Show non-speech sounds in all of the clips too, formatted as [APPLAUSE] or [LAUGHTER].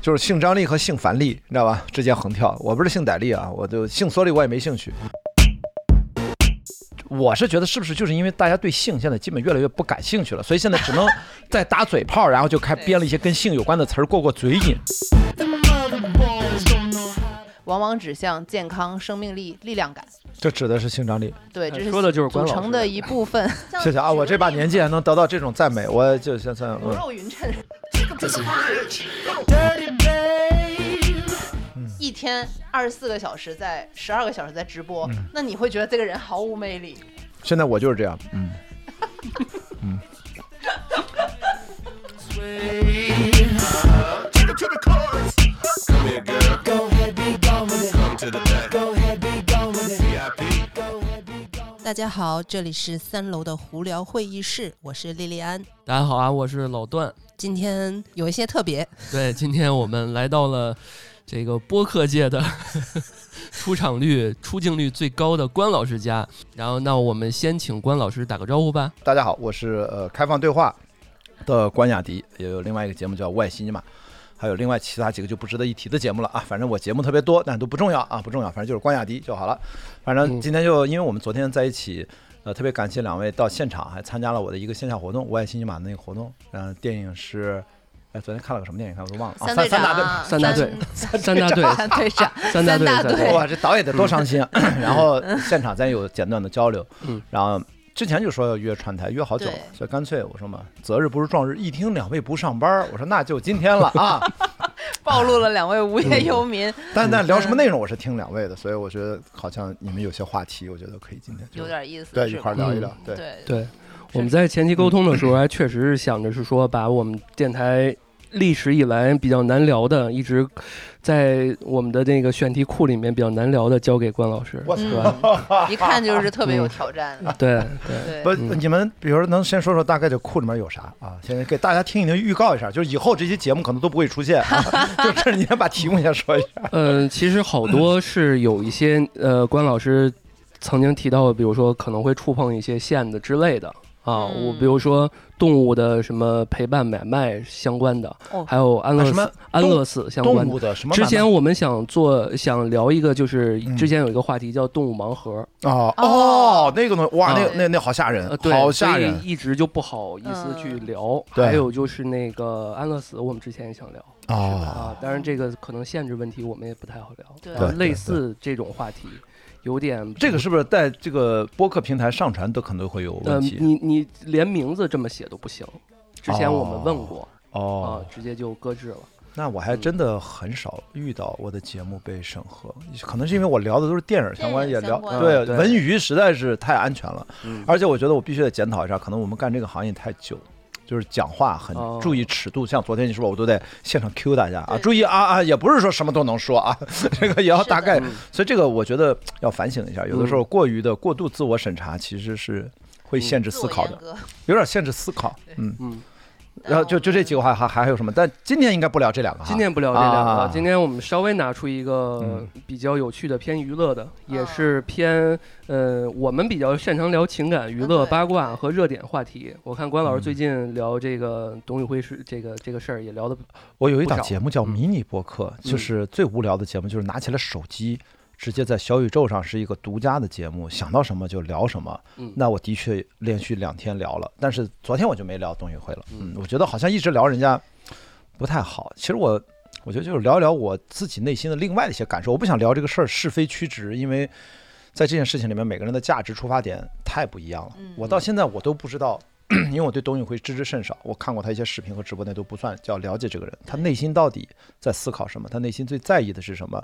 就是姓张力和姓樊力，你知道吧？之间横跳。我不是姓歹力啊，我就姓索力，我也没兴趣。我是觉得是不是就是因为大家对性现在基本越来越不感兴趣了，所以现在只能在打嘴炮，然后就开编了一些跟性有关的词儿过过嘴瘾。往往指向健康、生命力、力量感。 [LAUGHS] 这指的是性张力。对，这是哎说的就是关组老师成的一部分。 [LAUGHS] 谢谢啊，我这把年纪还能得到这种赞美，我就现在骨嗯。肉匀称。 [LAUGHS] 一天二十四个小时在十二个小时在直播，嗯那你会觉得这个人毫无魅力？现在我就是这样，嗯，嗯。大家好，这里是三楼的胡聊会议室，我是莉莉安。大家好啊，我是老 [LAUGHS] 段。今天有一些特别，对，今天我们来到了这个播客界的 [LAUGHS] 出场率、出镜率最高的关老师家。然后，那我们先请关老师打个招呼吧。大家好，我是呃开放对话的关雅迪，也有另外一个节目叫外西尼玛，还有另外其他几个就不值得一提的节目了啊。反正我节目特别多，但都不重要啊，不重要，反正就是关雅迪就好了。反正今天就因为我们昨天在一起，呃，特别感谢两位到现场，还参加了我的一个线下活动，我爱西尼玛那个活动。然后电影是，哎，昨天看了个什么电影？看我都忘了。啊三三队三大队长，三大队三 [LAUGHS] 三大 [LAUGHS] 队三队长，三大队三大队哇，这导演得多伤心啊！ [CLEARS THROAT] 然后现场咱有简短的交流，嗯然后之前就说要约串台，约好久了对，所以干脆我说嘛，择日不如撞日，一听两位不上班，我说那就今天了啊！暴露了两位无嗯业游民，但但聊什么内容我是听两位的，所以我觉得好像你们有些话题，我觉得可以今天就有点意思。对是一吧块儿聊一聊，对。对对，我们在前期沟通的时候，还确实是想着是说，把我们电台历史以来比较难聊的，一直在我们的那个选题库里面比较难聊的，交给关老师，我是吧？ [LAUGHS] 一看就是特别有挑战。对对对。嗯不，嗯你们比如说能先说说大概这库里面有啥啊？先给大家听一听，预告一下，就是以后这些节目可能都不会出现、啊， [LAUGHS] 就这你先把题目先说一下。呃，其实好 [CLEARS THROAT] 多是有一些呃，关老师曾经提到的，比如说可能会触碰一些线的之类的啊，嗯我比如说动物的什么陪伴买卖相关的，哦还有安乐啊什死、么安动乐死相动关的。物的什么版之本？前我们想做想聊一个，就是嗯之前有一个话题叫动物盲盒，哦哦哦，那个东西，哇，啊那那那好吓人呃，，对，嗯好吓人所以一直就不好意思去嗯聊。对还有就是那个安乐死，我们之前也想聊、啊！啊，当然这个可能限制问题，我们也不太好聊。对啊对类对似这种话题，有点这个是不是在这个播客平台上传都可能会有呃，问题？你你连名字这么写都不行。之前我们问过啊、哦，直接就搁置了。那我还真的很少遇到我的节目被审核，可能是因为我聊的都是电影相关，电也影聊相关对对文娱实在是太安全了，嗯而且我觉得我必须得检讨一下，可能我们干这个行业太久。就是讲话很哦注意尺度，像昨天你说我都在现场 Q 大家啊，对注意啊啊，也不是说什么都能说啊， [LAUGHS] 这个也要是的嗯大概嗯所以这个我觉得要反省一下，有的时候过于的过度自我审查其实是会限制自思我考阉的，割。有点限制思考。嗯，嗯，然后就就哦这几个还还还有什么？但今天应该不聊这两个哈。今天不聊这两个，啊嗯今天我们稍微拿出一个比较有趣的，偏娱乐的，也是偏呃，我们比较擅长聊情感、娱乐、对八卦和热点话题。我看关嗯老师最近聊这个董宇辉是这个这个事儿也聊的，我有一档不少嗯节目叫迷你播客，就是最无聊的节目，就是拿起来手机。直接在小宇宙上是一个独家的节目，想到什么就聊什么。嗯那我的确连续两天聊了，但是昨天我就没聊董宇辉了。嗯嗯，我觉得好像一直聊人家不太好。其实我，我觉得就是聊一聊我自己内心的另外的一些感受。我不想聊这个事儿是非曲直，因为在这件事情里面，每个人的价值出发点太不一样了。嗯我到现在我都不知道 [CLEARS THROAT] 因为我对董宇辉知之甚少，我看过他一些视频和直播，那都不算叫了解这个人。他内心到底在思考什么？他内心最在意的是什么？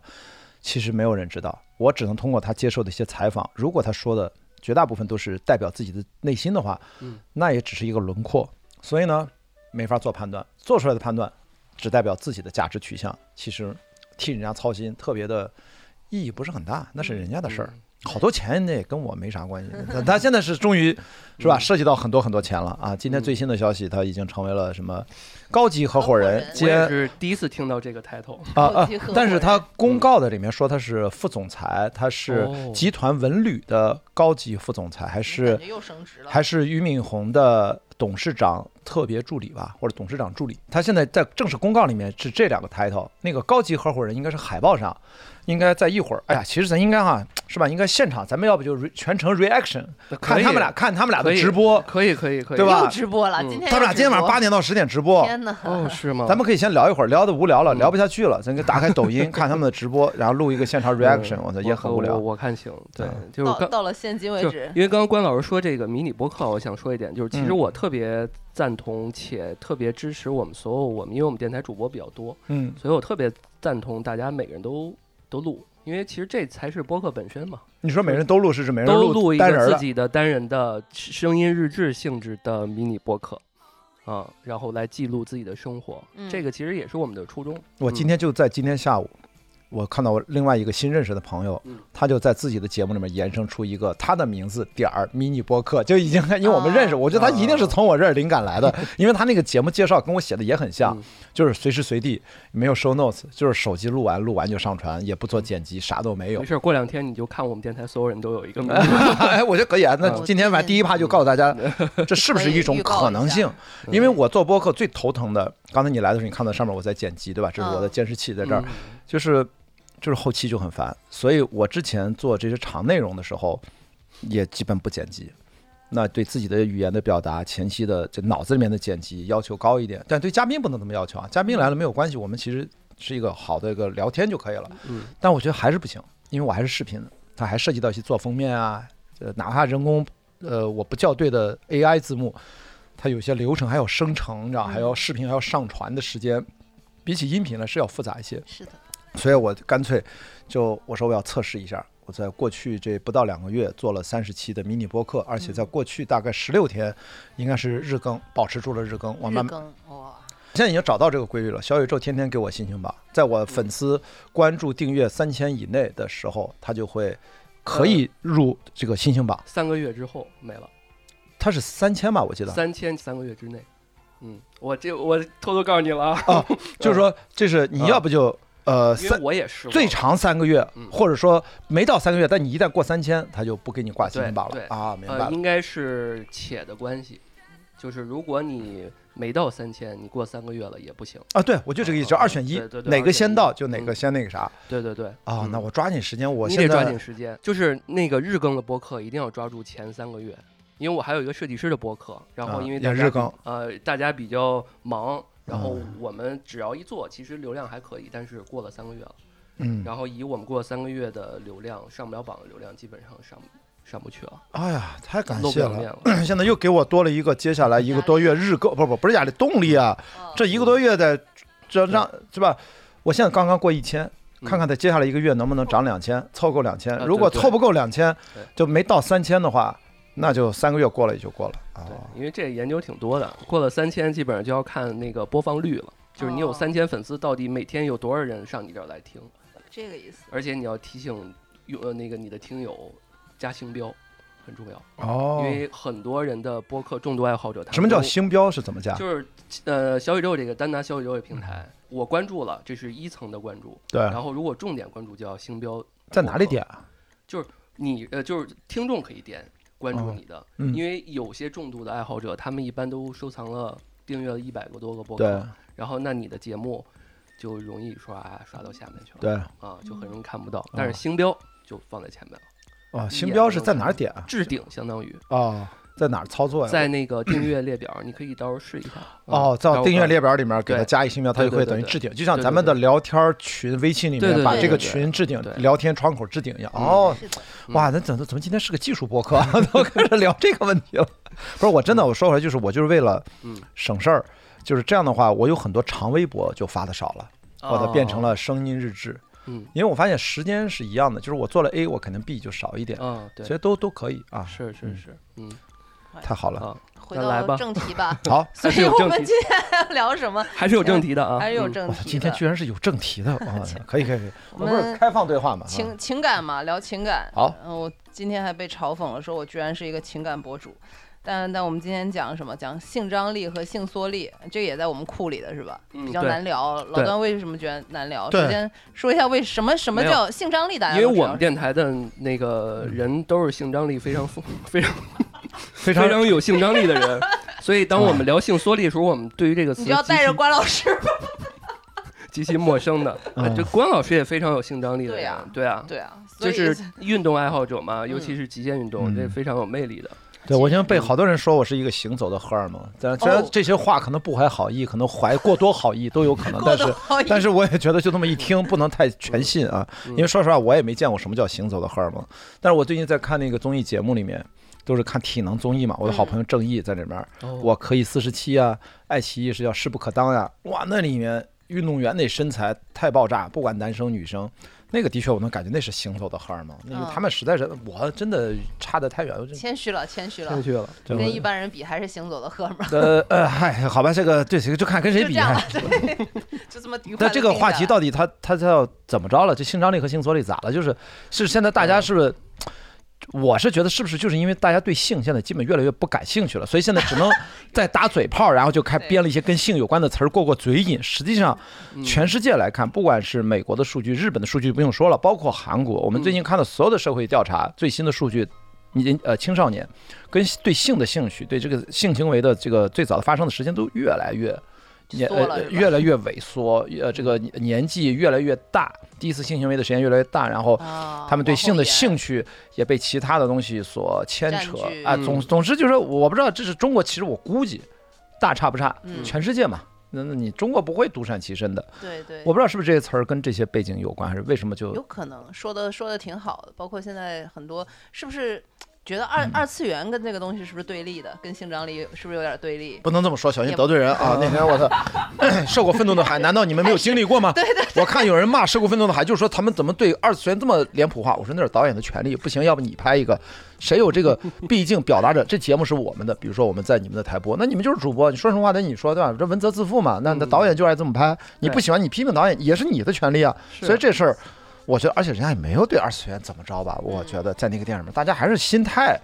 其实没有人知道，我只能通过他接受的一些采访，如果他说的绝大部分都是代表自己的内心的话，嗯那也只是一个轮廓。所以呢，没法做判断，做出来的判断只代表自己的价值取向，其实替人家操心，特别的意义不是很大，那是人家的嗯事儿。好多钱那也跟我没啥关系，但他现在是终于是吧，嗯涉及到很多很多钱了啊！今天嗯最新的消息，他已经成为了什么高级合伙人合伙人我兼也是第一次听到这个 title。啊高啊级合伙人！但是他公告的里面说他是副总裁，他是哦集团文旅的高级副总裁，还感是觉又升职了，还是俞敏洪的董事长特别助理吧，或者董事长助理。他现在在正式公告里面是这两个 title，那个高级合伙人应该是海报上，应该在一会儿。哎呀，其实咱应该哈、是吧？应该现场，咱们要不就 re- 全程 reaction，看他们俩，看他们俩的可以直播。可以可以可以，对吧又直播了，嗯今天他们俩又直今天晚上播八点到十点直播，天哪，哦，是吗？咱们可以先聊一会儿，聊的无聊了，嗯聊不下去了，咱就打开抖音看他们的直播，然后录一个现 [LAUGHS] 场 reaction，我操，也很无我聊。嗯我看行，对，就是到刚到了现今为就止，因为刚刚关老师说这个迷你播客，我想说一点，就是其实嗯我特别赞同且特别支持我们所有我们，因为我们电台主播比较多，嗯所以我特别赞同大家每个人都都录，因为其实这才是播客本身嘛，你说每人都录是指每人都录一单个人自的，己的单人的声音日志性质的迷你播客。啊、然后来记录自己的生活，嗯这个其实也是我们的初衷。我今天就在今天下午，我看到我另外一个新认识的朋友嗯，他就在自己的节目里面延伸出一个他的名字点儿迷你播客，就已经因为我们认识，啊我觉得他一定是从我这儿灵感来 [LAUGHS] 的，因为他那个节目介绍跟我写的也很像嗯，就是随时随地没有 show notes，就是手机录完录完就上传，也不做剪辑，啥都没有没。事，过两天你就看我们电台所有人都有一个迷你 [LAUGHS] 哎，我觉得可以啊。那嗯今天晚上第一趴就告诉大家，这是不是一种可能性？可以预告一 [LAUGHS] 下因为我做播客最头疼的，刚才你来的时候，你看到上面我在剪辑，对吧？这是我的监视器在这儿，嗯就是就是后期就很烦。所以我之前做这些长内容的时候，也基本不剪辑。那对自己的语言的表达、前期的这脑子里面的剪辑要求高一点，但对嘉宾不能这么要求啊。嘉宾来了没有关系，我们其实是一个好的一个聊天就可以了。嗯但我觉得还是不行，因为我还是视频的，它还涉及到一些做封面啊，呃，哪怕人工呃我不校对的 AI 字幕，它有些流程还有生成，你知道，还有视频还要上传的时间，比起音频呢是要复杂一些。是的，所以我干脆就我说我要测试一下。我在过去这不到两个月做了三十期的迷你播客，而且在嗯过去大概十六天，应该是日更，保持住了日更。我日慢更哇，现在已经找到这个规律了。小宇宙天天给我心情榜，在我嗯粉丝关注订阅三千以内的时候，他就会嗯可以入这个心情榜。三个月之后没了，它是三千吧，我记得。三千三个月之内。嗯，我这我偷偷告诉你了啊，就是说，这是你要不就呃嗯因为三我也是最长三个月嗯，或者说没到三个月，但你一旦过三千，他就不给你挂心情榜对了对啊。明白呃，了。应该是且的关系，就是如果你没到三千，你过三个月了也不行。啊，对，我就这个意思，嗯就二选一对对，对哪个先到二选一就哪个先那个啥对对对，啊。嗯那我抓紧时间，我你现得抓紧在时间，就是那个日更的播客一定要抓住前三个月，因为我还有一个设计师的播客，然后啊因为也大家日更呃大家比较忙，然后嗯我们只要一做，其实流量还可以，但是过了三个月了。嗯，然后以我们过三个月的流量，上不了榜的流量，基本上上上不去了，哎呀，太感露不谢了了面。了。现在又给我多了一个接下来一个多月日更，不不不是压力，动力啊！嗯哦这一个多月的，这让是吧？我现在刚刚过一千，看看它接下来一个月能不能涨两千，凑够两千嗯啊。对如果对凑不够两千对，就没到三千的话，那就三个月过了也就过了啊。对，因为这研究挺多的，过了三千，基本上就要看那个播放率了。就是你有哦三千粉丝，到底每天有多少人上你这儿来听？哦这个意思，而且你要提醒用呃那个你的听友加星标，很重要，因哦，为很多人的播客重度爱好者他们什么叫都星标嗯是怎么加？就是呃小宇宙这个单拿小宇宙这个平台，我关注了，这是一层的关注，对，然后如果重点关注就要星标嗯在哪里点啊？你呃，就是听众可以点关注哦你的，嗯因为有些重度的爱好者，他们一般都收藏了订阅了一百个多个播对客，然后那你的节目就容易刷刷到下面去了，对，嗯啊，就很容易看不到。但是星标就放在前面了，哦，星标是在哪儿点啊？置顶相当于哦，在哪儿操作呀？在那个订阅列表，你可以到时候试一下。啊哦，在订阅。到时候列表里面给它对加一星标，它就对会对等于对置顶，就像对咱对们的对聊天群微信里对面对把对这个对群置顶对，聊天窗口置顶一样。嗯哦，是的，嗯哇，那怎么怎么今天是个技术播客啊， [LAUGHS] 都开始聊这个问题了？不是，我真的我说回来就是我就是为了嗯省事儿，就是这样的话，我有很多长微博就发的少了，我的变成，哦了声音日志，嗯因为我发现时间是一样的，就是我做了 A，我可能 B 就少一点，嗯，对所，以都都可以啊，是是是，嗯，太好了。。[LAUGHS] 啊，回那来吧到正题吧 [LAUGHS] 好，还所是以有我正们题，今天聊什么？还是有正题的 [LAUGHS] 啊，还是有嗯正我题的。今天居然是有正题的，哇，可以可以可以，我我们不是们开放对话嘛？啊情情感嘛，聊情感。好呃我今天还被嘲讽了，说我居然是一个情感博主。但但我们今天讲什么？讲性张力和性缩力，这也在我们库里的是吧？嗯比较对难聊。老对段为什么觉得难聊？对首先说一下为什么什么没有叫性张力？大家因为都知我道们电台的那个人都是性张力非常丰、非常嗯非非常 [LAUGHS] 嗯常有性张力的人，所以当我们聊性缩力的时候，我们对于这个词你就要极带着其关老师。 [LAUGHS] 极其陌生 [LAUGHS] 的。嗯啊，这关老师也非常有性张力的对人呀，对啊，对啊，所就以是运动爱好者嘛，尤其是极限运动，嗯这非常有魅力的。对我已经被好多人说我是一个行走的荷尔蒙，但虽然哦这些话可能不怀好意，可能怀过多好意都有可能，过啊但得是 [LAUGHS] 好一但是我也觉得就这么一听不能太全信啊，嗯因为说实话我也没见过什么叫行走的荷尔蒙。但是我最近在看那个综艺节目里面，都是看体能综艺嘛，我的好朋友郑毅在里面，我嗯我可以四十七啊，爱奇艺是叫势不可当呀、哇，那里面运动员那身材太爆炸，不管男生女生，那个的确我能感觉那是行走的荷尔蒙，那嗯个他们实在是我真的差得太远，我真谦虚了，谦虚了上，去了，真跟的一般人比还是行走的荷尔蒙。呃呃，嗨，好吧，这个对，这个就看跟谁就比啊这。样了嗨，对， [LAUGHS] [LAUGHS] 就这么愉快那地这个定话下题来到底它它叫怎么着了？这性张力和性缩力咋了？就是是现在大嗯家是不是？我是觉得是不是就是因为大家对性现在基本越来越不感兴趣了，所以现在只 [LAUGHS] 能在打嘴炮，然后就开对编了一些跟性有关的词儿过过嘴瘾。实际上，嗯全世界来看，不管是美国的数据、日本的数据，不用说了，包括韩国，嗯我们最近看的所有的社会调查最新的数据，你呃青少年跟对性的兴趣、对这个性行为的这个最早的发生的时间都越来越。年缩了呃是吧越来越萎缩，呃，这个年纪越来越大，第一次性行为的时间越来越大，然后啊他们对往后性的延兴趣也被其他的东西所牵扯占据啊。嗯总总之就是，我不知道这是中国，其实我估计大差不差，嗯全世界嘛。那那你中国不会独善其身的，对对，我不知道是不是这些词儿跟这些背景有关，还是为什么就有可能说的说的挺好的，包括现在很多是不是觉得二、嗯二次元跟这个东西是不是对立的，跟性张力是不是有点对立？不能这么说，小心也得罪人啊！那天我操， [LAUGHS] 受过愤怒的海，难道你们没有经历过吗？对对。我看有人骂受过愤怒的海，就是说他们怎么对二次元这么脸谱化？我说那是导演的权利，不行，要不你拍一个，谁有这个？毕竟表达者，这节目是我们的，比如说我们在你们的台播，那你们就是主播，你说什么话得你说对吧？这文责自负嘛，那那嗯导演就爱这么拍，你不对喜欢你批评导演也是你的权利啊。是所以这事儿，我觉得，而且人家也没有对二次元怎么着吧？我嗯觉得在那个电影里面，大家还是心态，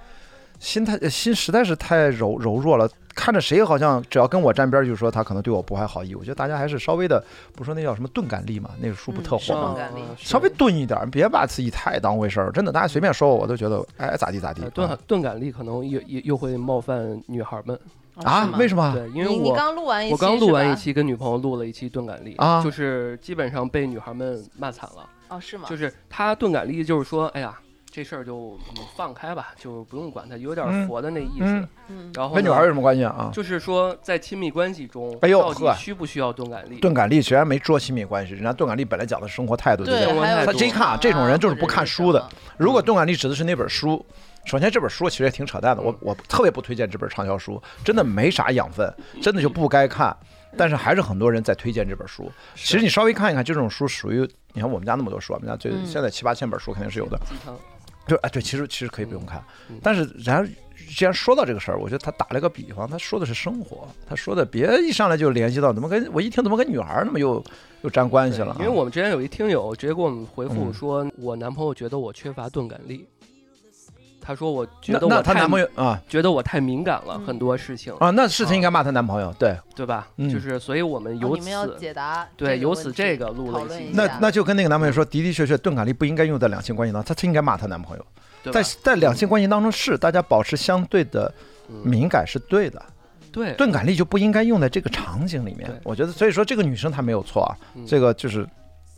心态呃心实在是太柔柔弱了。看着谁好像只要跟我沾边儿，就说他可能对我不怀好意。我觉得大家还是稍微的，不说那叫什么钝感力嘛，那个书不嗯特火是嘛，吗感力啊稍微钝一点儿，别把自己太当回事儿。真的，大家随便说我，我都觉得哎咋地咋地呃。钝啊钝感力可能又又又会冒犯女孩们，啊？为么？什么？对，因为你你我刚录完一期，我刚录完一，期，跟女朋友录了一期钝感力啊就是基本上被女孩们骂惨了，哦，是吗？就是她钝感力就是说，哎呀。这事儿就嗯放开吧，就不用管它，有点嗯佛的那意思。嗯嗯，然后跟女呢孩儿有什么关系啊？就是说，在亲密关系中，哎呦到底呵需不需要钝感力？钝感力虽然没捉亲密关系，人家钝感力本来讲的是生活态度，对不对对，？还有他这一看啊这种人就是不看书的或者是如果钝感力指的是那本书，首先这本书其实也挺扯淡的，我嗯我特别不推荐这本畅销书，真的没啥养分，真的就不该看。但是还是很多人在推荐这本书。其实你稍微看一看，这种书属于你看我们家那么多书，我们家最嗯现在七八千本书肯定是有的。鸡汤，就哎对，其实其实可以不用看啊嗯嗯。但是然既然说到这个事儿，我觉得他打了个比方，他说的是生活，他说的别一上来就联系到怎么跟我一听怎么跟女孩儿那么又又沾关系了啊。因为我们之前有一听友直接给我们回复嗯说，我男朋友觉得我缺乏钝感力，他说我觉那得那我她太男朋友啊觉得我太敏感了，嗯很多事情，啊，那事情应该骂她男朋友对。对吧？嗯就是所以我们哦由你们要此解答对由由此这个录讨了论一一期，那下那就跟那个男朋友说，的的确确，钝感力不应该用在两性关系当中，他应该骂他男朋友。对吧在在两性关系当中是，大家保持相对的嗯敏感是对的，对钝感力就不应该用在这个场景里面对。我觉得，所以说这个女生她没有错啊，嗯这个就是，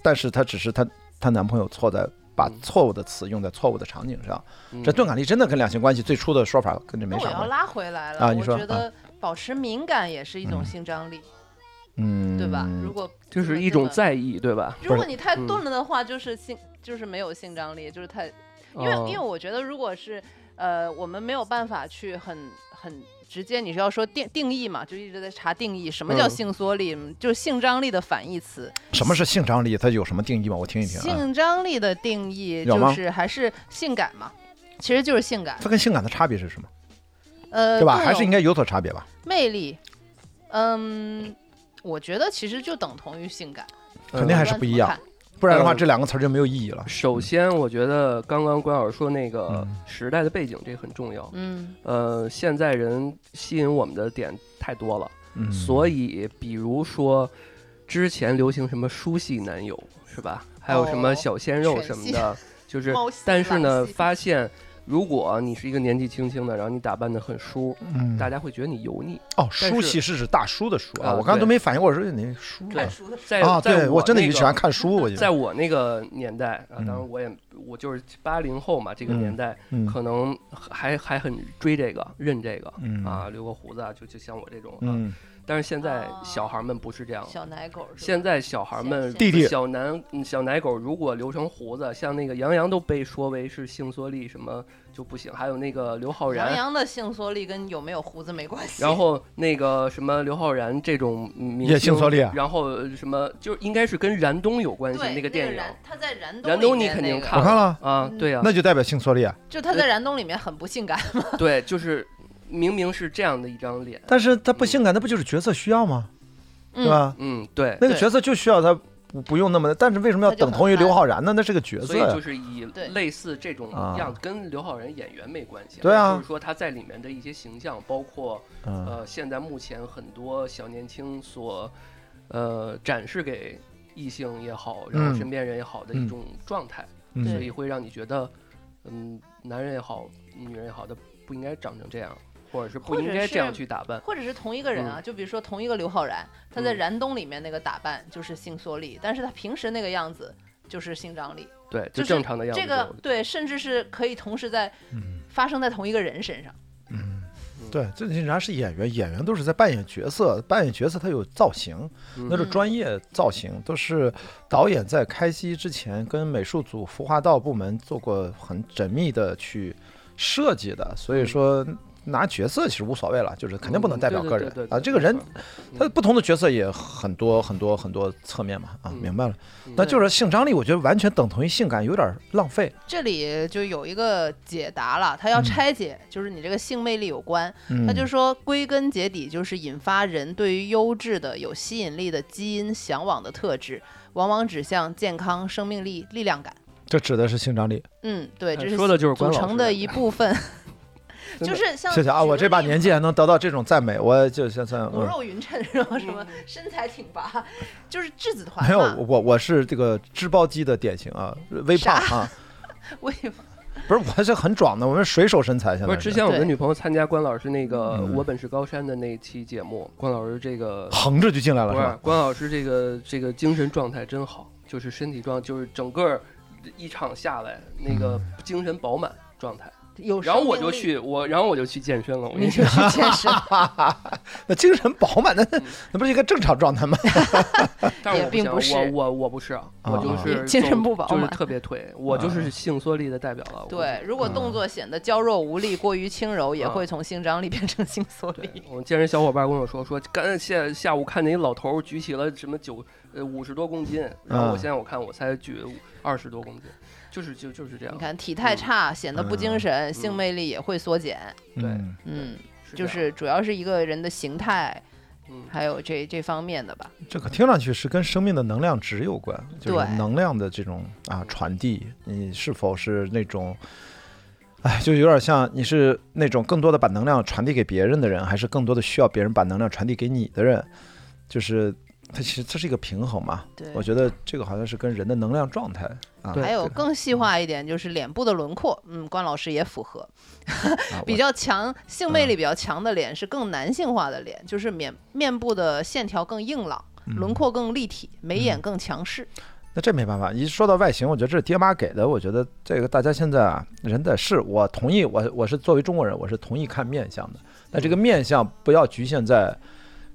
但是她只是她她男朋友错在把嗯错误的词用在错误的场景上。嗯这钝感力真的跟两性关系最初的说法跟这那没我啥要关系。拉回来了，啊你我说觉得保持敏感也是一种嗯性张力，嗯，对吧？如果就是一种，在意，对吧？如果你太嗯钝了的话，就是性就是没有性张力，就是太因为因为哦我觉得，如果是呃，我们没有办法去很很直接，你是要说定定义嘛，就一直在查定义，什么叫嗯性缩力，嗯就是性张力的反义词。什么是性张力？它有什么定义吗？我听一听啊。性张力的定义有吗就是还是性感嘛，其实就是性感，它跟性感的差别是什么？呃，对吧？更还是有应该有所差别吧？魅力，嗯。我觉得其实就等同于性感，肯定还不是管不怎一么样看不然的话，嗯这两个词儿就没有意义了。呃首先，我觉得刚刚关老师说那个嗯时代的背景，这很重要。嗯，呃，现在人吸引我们的点太多了，嗯，所以比如说之前流行什么梳洗男友是吧？还有什么哦小鲜肉犬什么系的，就是猫系但是狼呢，系发现如果你是一个年纪轻轻的，然后你打扮的很淑，嗯大家会觉得你油腻。哦，但书是系是指大叔的书啊，啊我刚才都对没反应过来，说你那书对啊书的在啊，在对我真的那也个喜欢看书，我觉在得，我那个年代啊，嗯当然我也我就是八零后嘛，这个嗯年代嗯可能还还很追这个认这个嗯啊，留个胡子啊，就就像我这种啊。嗯，但是现在哦小孩们不是这样了，小奶狗是吧现在小孩们弟弟小男小奶狗如果留成胡子，像那个杨洋都被说为是性缩力什么就不行，还有那个刘昊杨然。洋的性缩力跟有没有胡子没关系。然后那个什么刘昊然这种明也星，性缩力啊然后什么就是应该是跟燃冬有关系对个电影，燃嗯他在燃燃冬冬里你面肯那定个看我看了，啊，对呀、那就代表性缩力嗯啊，就他在燃冬里面很不性感，对，就是明明是这样的一张脸，但是他不性感，那不就是角色需要吗？对嗯？吧？嗯，对，那个对角色就需要他不不用那么的，但是为什么要他就等很同于刘憨昊然呢？那是个角所色以呀就，是以对类似这种啊样子，跟刘昊然演员没关系，对啊就是说他在里面的一些形象，包括嗯，呃，现在目前很多小年轻所呃展示给异性也好，然嗯后身边人也好的一嗯种状态，嗯所以会让你觉得，嗯，男人也好，女人也好，他不应该长成这样，或者是不或应者该这样是去打扮。或者是同一个人啊，就比如说同一个刘昊然，他在嗯燃冬里面那个打扮就是性缩力，但是他平时那个样子就是性张力。对，就是正常的样子这就。个对，甚至是可以同时在嗯发生在同一个人身上。嗯，对，这人家是演员，演员都是在扮演角色，扮演角色他有造型，那嗯是专业造型，都是导演在开机之前跟美术组、服化道部门做过很缜密的去设计的，所以说。拿角色其实无所谓了，就是肯定不能代表个人、嗯嗯对对对啊。对这个人没错嗯他不同的角色也很多很多很多侧面嘛啊，嗯明白了。嗯那就是性张力，我觉得完全等同于性感，有点浪费。这里就有一个解答了，他要嗯拆解，就是你这个性魅力有关。嗯，他就说，归根结底就是引发人对于优质的、有吸引力的基因向往的特质，往往指向健康、生命力、力量感。这指的是性张力。嗯，对，这哎是说的就是关组老成师的的一部 [LAUGHS] 分，真就的是像谢谢啊！举我个这把例子年纪还能得到这种赞美，我就想想，骨嗯，肉匀称，然后什嗯么身材挺拔，就是质子团没有嘛。我我是这个织包肌的典型啊，微胖啊，我 [LAUGHS] 以为不是我是很壮的，我是水手身材现不在是之前我对跟女朋友参加关老师那个嗯《我本是高山》的那一期节目，关老师这个横着就进来了不是是吧？关老师这个这个精神状态真好，就是身体状就是整个一场下来那个嗯精神饱满状态。有然后我生就命力，去我然后我就去健身了，我跟 [LAUGHS] 你你就说，去健 [LAUGHS] 身，那精神饱满，那嗯 [LAUGHS] 那不是一个正常状态吗？但是我也并不不行，是我我我不是啊，啊我就是精神总不饱就是满特别颓，我就是性缩力的代表了。我对，是如果嗯动作显得娇弱无力、过于轻柔，也啊会从性张力变成性缩对力。我们健身小伙伴跟我说说，刚下下午看见一老头儿举起了什么九呃五十多公斤，然后嗯我现在我看我才举二十多公斤，就是就就是这样。你看嗯体态差，显得不精神，性魅力也会缩减。对嗯嗯，这就样是主要是一个人的形态，嗯还有这这方面的吧。这个听上去是跟生命的能量值有关，就是对能量的这种啊传递，你是否是那种，哎，就有点像你是那种更多的把能量传递给别人的人，还是更多的需要别人把能量传递给你的人？就是它其实这是一个平衡嘛。对，哎我觉得这个好像是跟人的能量状态啊，对还有跟更细化一点，就是脸部的轮廓。嗯，关老师也符合，啊比较强性魅力比较强的脸是更男性化的脸，就是面面部的线条更硬朗，轮。我嗯廓更立体，眉眼更强势。那这没办法，一说到外形，我觉得这是爹妈给的。我觉得这个大家现在啊，人的是我同意，我我是作为中国人，我是同意看面相的。但这个面相不要局限在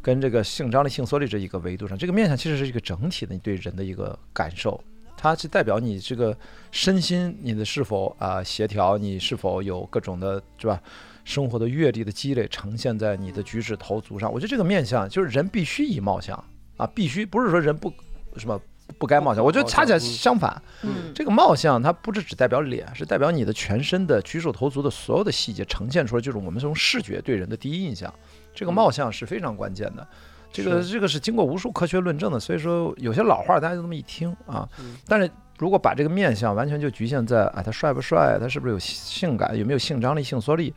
跟这个性张力、性缩力这一个维度上，这个面相其实是一个整体的你对人的一个感受，它是代表你这个身心你的是否啊、协调，你是否有各种的是吧？生活的阅历的积累呈现在你的举止投足上，我觉得这个面相就是人必须以貌相啊，必须不是说人不什么不该貌相，我觉得恰恰相反，嗯这个貌相它不是只代表脸，是代表你的全身的举手投足的所有的细节呈现出来，就是我们从视觉对人的第一印象。这嗯个貌相是非常关键的，这个这个是经过无数科学论证的。所以说有些老话大家就这么一听啊嗯，但是如果把这个面相完全就局限在啊他帅不帅，他是不是有性感，有没有性张力、性缩力。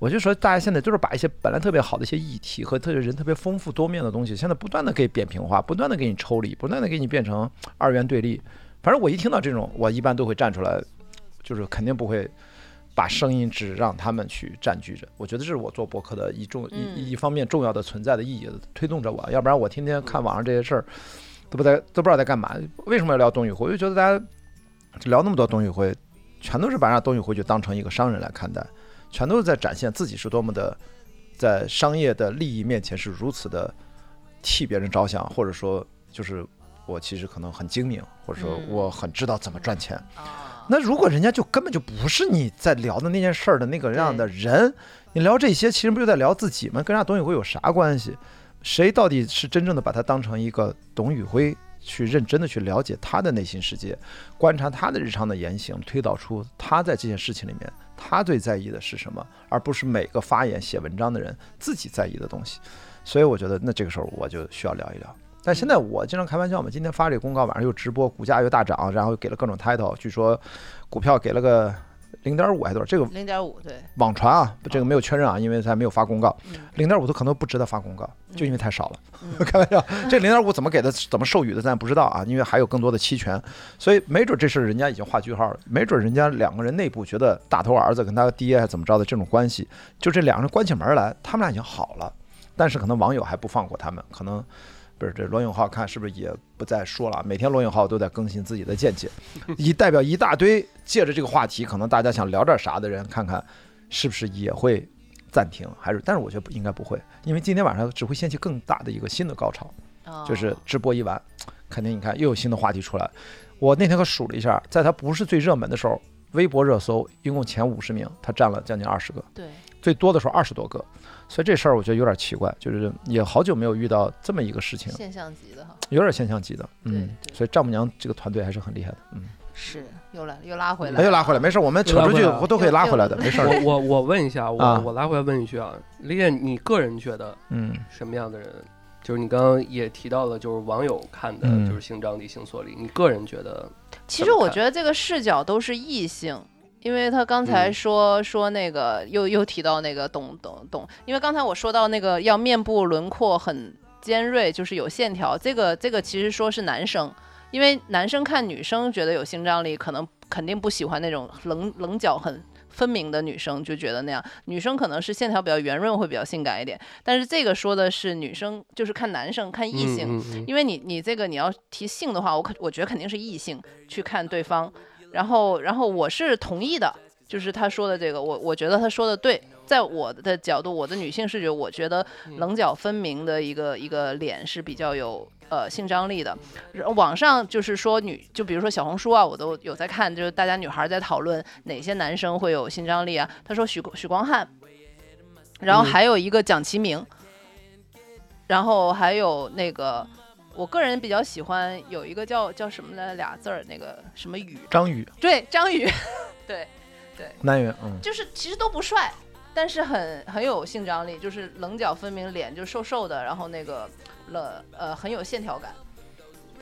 我就说，大家现在就是把一些本来特别好的一些议题和特别人特别丰富多面的东西，现在不断的给扁平化，不断的给你抽离，不断的给你变成二元对立。反正我一听到这种，我一般都会站出来，就是肯定不会把声音只让他们去占据着。我觉得这是我做博客的一重嗯一一方面重要的存在的意义，推动着我。要不然我天天看网上这些事儿，都不在都不知道在干嘛。为什么要聊董宇辉？我就觉得大家聊那么多董宇辉，全都是把让董宇辉就当成一个商人来看待，全都是在展现自己是多么的在商业的利益面前是如此的替别人着想，或者说就是我其实可能很精明，或者说嗯我很知道怎么赚钱。啊，那如果人家就根本就不是你在聊的那件事儿的那个样的人，你聊这些其实不就在聊自己吗？跟人家董宇辉有啥关系？谁到底是真正的把他当成一个董宇辉去认真的去了解他的内心世界，观察他的日常的言行，推导出他在这件事情里面他最在意的是什么，而不是每个发言写文章的人自己在意的东西。所以我觉得，那这个时候我就需要聊一聊。但现在我经常开玩笑嘛，今天发这个公告，晚上又直播，股价又大涨，然后又给了各种 title，据说股票给了个零点五还多少？这个零点五对，网传啊，这个没有确认啊，因为他没有发公告，嗯零点五都可能不值得发公告，就因为太少了。嗯 [LAUGHS] 开玩笑，这零点五怎么给的，怎么授予的，咱也不知道啊，因为还有更多的期权，所以没准这事儿人家已经画句号了，没准人家两个人内部觉得大头儿子跟他爹还怎么着的这种关系，就这两个人关起门来，他们俩已经好了，但是可能网友还不放过他们，可能。不是这罗永浩看是不是也不再说了啊？每天罗永浩都在更新自己的见 [LAUGHS] 解，以代表一大堆借着这个话题，可能大家想聊点啥的人，看看是不是也会暂停，还是？但是我觉得不应该不会，因为今天晚上只会掀起更大的一个新的高潮。嗯哦就是直播一完，肯定你看又有新的话题出来。我那天可数了一下，在它不是最热门的时候，微博热搜一共前五十名，它占了将近二十个，对，最多的时候二十多个。所以这事儿我觉得有点奇怪，就是也好久没有遇到这么一个事情，现象级的哈，有点现象级的。嗯对，对所以丈母娘这个团队还是很厉害的。嗯，是又来嗯又拉回来，没有拉回来，没事，我们扯又拉出回去来了我都可以拉回来的，又没事儿。我我我问一下，我、啊我拉回来问一句啊，李健，你个人觉得嗯什么样的人？就是你刚刚也提到了，就是网友看的，嗯就是性张力、性缩力。你个人觉得，其怎实么我看觉得这个视角都是异性，因为他刚才嗯说、说那个又又提到那个懂懂懂，因为刚才我说到那个要面部轮廓很尖锐，就是有线条，这个这个其实说是男生，因为男生看女生觉得有性张力，可能肯定不喜欢那种棱棱角很。分明的女生就觉得那样，女生可能是线条比较圆润，会比较性感一点。但是这个说的是女生，就是看男生看异性，嗯嗯嗯因为你你这个你要提性的话，我肯我觉得肯定是异性去看对方，然后然后我是同意的，就是他说的这个，我我觉得他说的对，在我的角度，我的女性视觉，我觉得嗯棱角分明的一个一个脸是比较有呃性张力的。然后网上就是说女，就比如说小红书啊，我都有在看，就是大家女孩在讨论哪些男生会有性张力啊。他说许许光汉，然后嗯还有一个蒋奇明，然后还有那个。我个人比较喜欢有一个叫叫什么来俩字儿，那个什么宇，张宇，对，张 [LAUGHS] 宇，南云，嗯，就是其实都不帅，但是很很有性张力，就是棱角分明，脸就瘦瘦的，然后那个了呃很有线条感。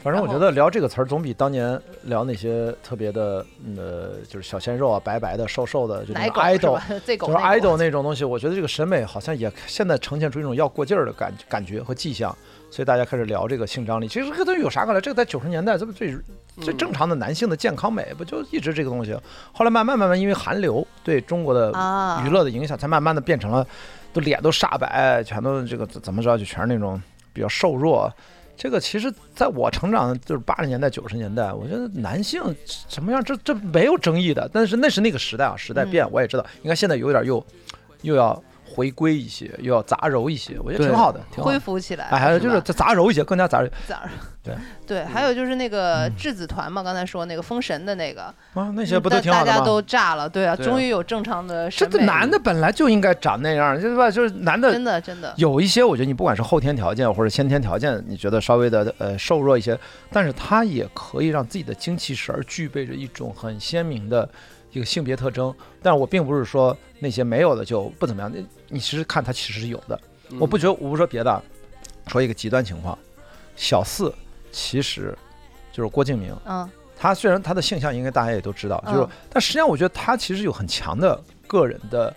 反正我然觉后得聊这个词儿总比当年聊那些特别的，嗯呃，就是小鲜肉啊、白白的、瘦瘦的，就那奶种狗 idol，是吧？这狗就是那狗 idol 那种东西，我觉得这个审美好像也现在呈现出一种要过劲儿的感感觉和迹象，所以大家开始聊这个性张力。其实这个东西有啥可聊？这个在九十年代，这不最嗯嗯最正常的男性的健康美，不就一直这个东西？后来慢慢慢慢，因为韩流对中国的啊娱乐的影响，才慢慢的变成了，都脸都煞白，全都这个怎么着，就全是那种比较瘦弱。这个其实，在我成长就是八十年代、九十年代，我觉得男性什么样，这这没有争议的。但是那是那个时代啊，时代变，嗯我也知道，应该现在有点又又要回归一些，又要杂糅一些，我觉得对挺好的，挺好恢的。复起来。哎，还有是就吧是这杂糅一些，更加杂糅字儿 [LAUGHS] 对对，还有就是那个质子团嘛，刚才说那个封神的那个，啊，那些不都嗯大挺好大的家吗？都炸了，对啊，对啊终于有正常的这审这美。男的本来就应该长那样，就是吧？就是男的真的真的，有一些，我觉得你不管是后天条件或者先天条件，你觉得稍微的呃瘦弱一些，但是他也可以让自己的精气神儿具备着一种很鲜明的一个性别特征。但是我并不是说那些没有的就不怎么样，你你其实看他其实是有的。嗯我不觉得，我不说别的啊，说一个极端情况，小四其实就是郭敬明，嗯他虽然他的性向应该大家也都知啊道，就是，嗯但实际上我觉得他其实有很强的个人的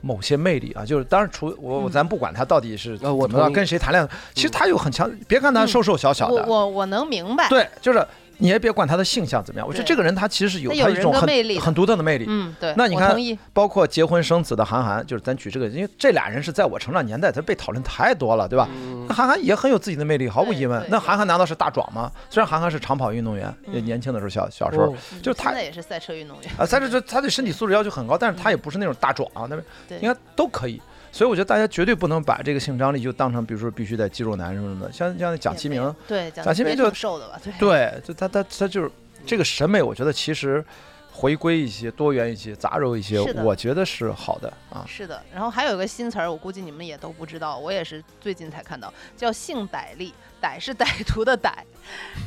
某些魅力啊，就是当然除我我嗯咱不管他到底是啊我怎么着同意跟谁谈恋爱，其实他有很强，别看他瘦瘦小小嗯我的，我我能明白，对，就是你也别管他的性向怎么样，我觉得对这个人他其实是有他他有一种人格很魅力的很独特的魅力。嗯，对，那你我看同意，包括结婚生子的韩寒，就是咱举这个，因为这俩人是在我成长年代，他被讨论太多了，对吧？嗯那韩寒也很有自己的魅力，毫无对疑问对。那韩寒难道是大壮吗？虽然韩寒是长跑运动员，也嗯年轻的时候小小时候哦嗯就是他现在也是赛车运动员，啊，他这这他对身体素质要求很高，但是他也不是那种大壮，那边对应该都可以。所以我觉得大家绝对不能把这个性张力就当成，比如说必须得肌肉男什么什么的，像像蒋奇明，对，蒋蒋奇奇明明就挺瘦的吧？对，对，就他他他嗯就是这个审美，我觉得其实回归一些、多元一些、杂糅一些是，的我觉得是好的啊。是的。然后还有一个新词儿，我估计你们也都不知道，我也是最近才看到，叫性歹力，歹是 [LAUGHS] 歹徒的歹。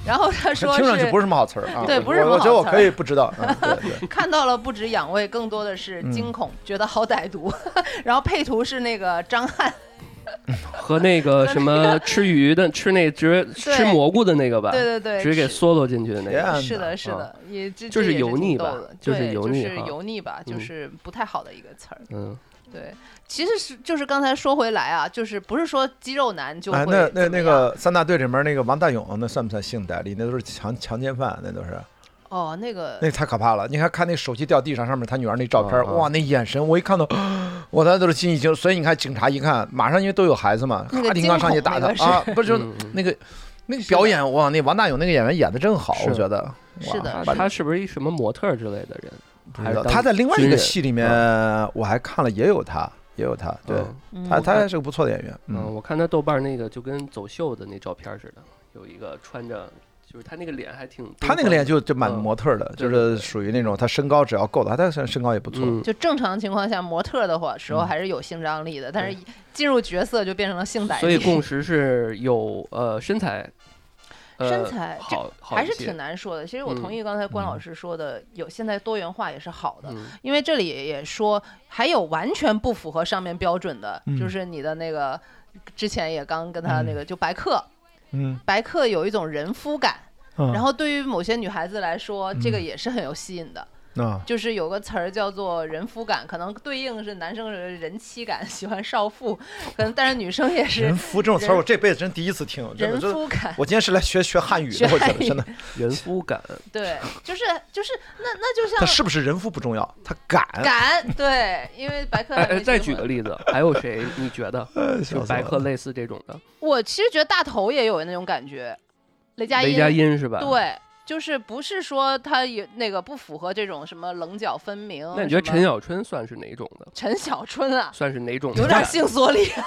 然后 [LAUGHS] 他说听上去不是是什么好词儿啊，对不是什我么我觉得好我词可儿以不知道，嗯、对对。看到了不止仰畏，更多的是嗯惊恐，觉得好歹毒。 [LAUGHS] 然后配图是那个张翰，和那个什 [LAUGHS] 么吃鱼的，吃那直接对吃蘑菇的那个吧，对对对，直接给是缩落进去的那天个。哪是的，是啊的，也这就是这也油挺腻逗吧的就对是油腻就是哈油腻吧，就嗯是不太好的一个词儿。嗯，对，其实是就是刚才说回来啊，就是不是说肌肉男 [LAUGHS] 就会啊哎，那怎那么那样个三大队里面那个王大勇，那算不算性代理？那都是强强奸犯，那都是，哦，那个那太可怕了。你看看那手机掉地上，上面他女儿那照片，啊啊哇，那眼神，我一看到，我当时都是心一惊。所以你看，警察一看，马上因为都有孩子嘛，那个咔叮当上去打他惊恐那个是啊，不是就是嗯嗯那个那个表演，哇，那王大勇那个演员演的真好，是我觉得是哇的把他他是不是一什么模特之类的人？不还知是道当他在另外一军个人戏里面，我还看了，也有他，也有他，对嗯嗯他他还是个不错的演员，嗯，嗯，我看他豆瓣那个就跟走秀的那照片似的，有一个穿着，就是他那个脸还挺，他那个脸就就蛮嗯模特儿的，就对对是对属于那种他身高只要够的，他身身高也不错，嗯，就正常情况下，模特的话时候嗯还是有性张力的，但对是进入角色就变成了性歹所以力， [LAUGHS] 共识是有呃身材，呃身材这好，好还是一些挺难说的。其实我同嗯意刚才关老嗯师说的，有现在多元化也是好的，嗯因为这里也说还有完全不符合上面标准的，嗯就是你的那个之前也刚跟他那嗯个就白客，嗯，白客有一种人夫感。然嗯然后对于某些女孩子来说，这个嗯也是很有吸引的，啊，就是有个词儿叫做人夫感，可能对应是男生是人妻感，喜欢少妇，可能但是女生也人是夫这种词儿，人我这辈子真第一次听，真的 [LAUGHS] 人真的。夫感，我今天是来学学汉语学的，我觉汉得语真 [LAUGHS] 的，人夫感，对，就是就是那那就他像是不是人夫不重要，他敢。感，对，因为白客哎还没哎，再结举婚个例子，还有谁你 [LAUGHS] 觉得呃就白客，类似这种的？我其实觉得大头也有那种感觉，雷佳雷音，佳音是吧？。对，就是不是说他也那个不符合这种什么棱角分明什么。那你觉得陈小春算是哪种的？陈小春 [LAUGHS] 啊，算是哪种的？有点性缩力，啊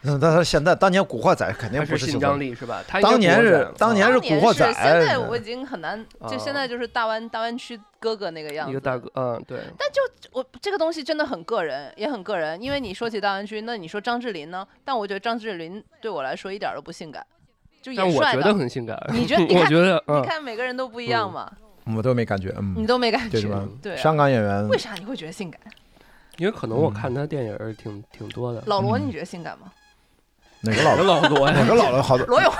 那他嗯现在当年古惑仔肯定他不是是性性张力，力是吧？他当年是当年当是年古惑仔现在我已经很难，就啊现在就是大湾大湾区哥哥那个样一子。个大哥，嗯，对，但就我这个东西真的很个人，也很个人，因为你说起大湾区，那你说张智霖呢？但我觉得张智霖对我来说一点都不性感，就但也我帅觉得的。很性感。 [LAUGHS] 你 [LAUGHS] 觉得你我看觉得，你嗯，看每个人都不一样嗯嘛，我都没感觉，你嗯，都没感对觉是吧？对啊香港演员为啥你会觉得性感？因为可能我看他电影儿挺挺多的。老罗，嗯你觉得性感吗？哪个老 [LAUGHS] 有了？老罗哪呀？个老了？好多，罗永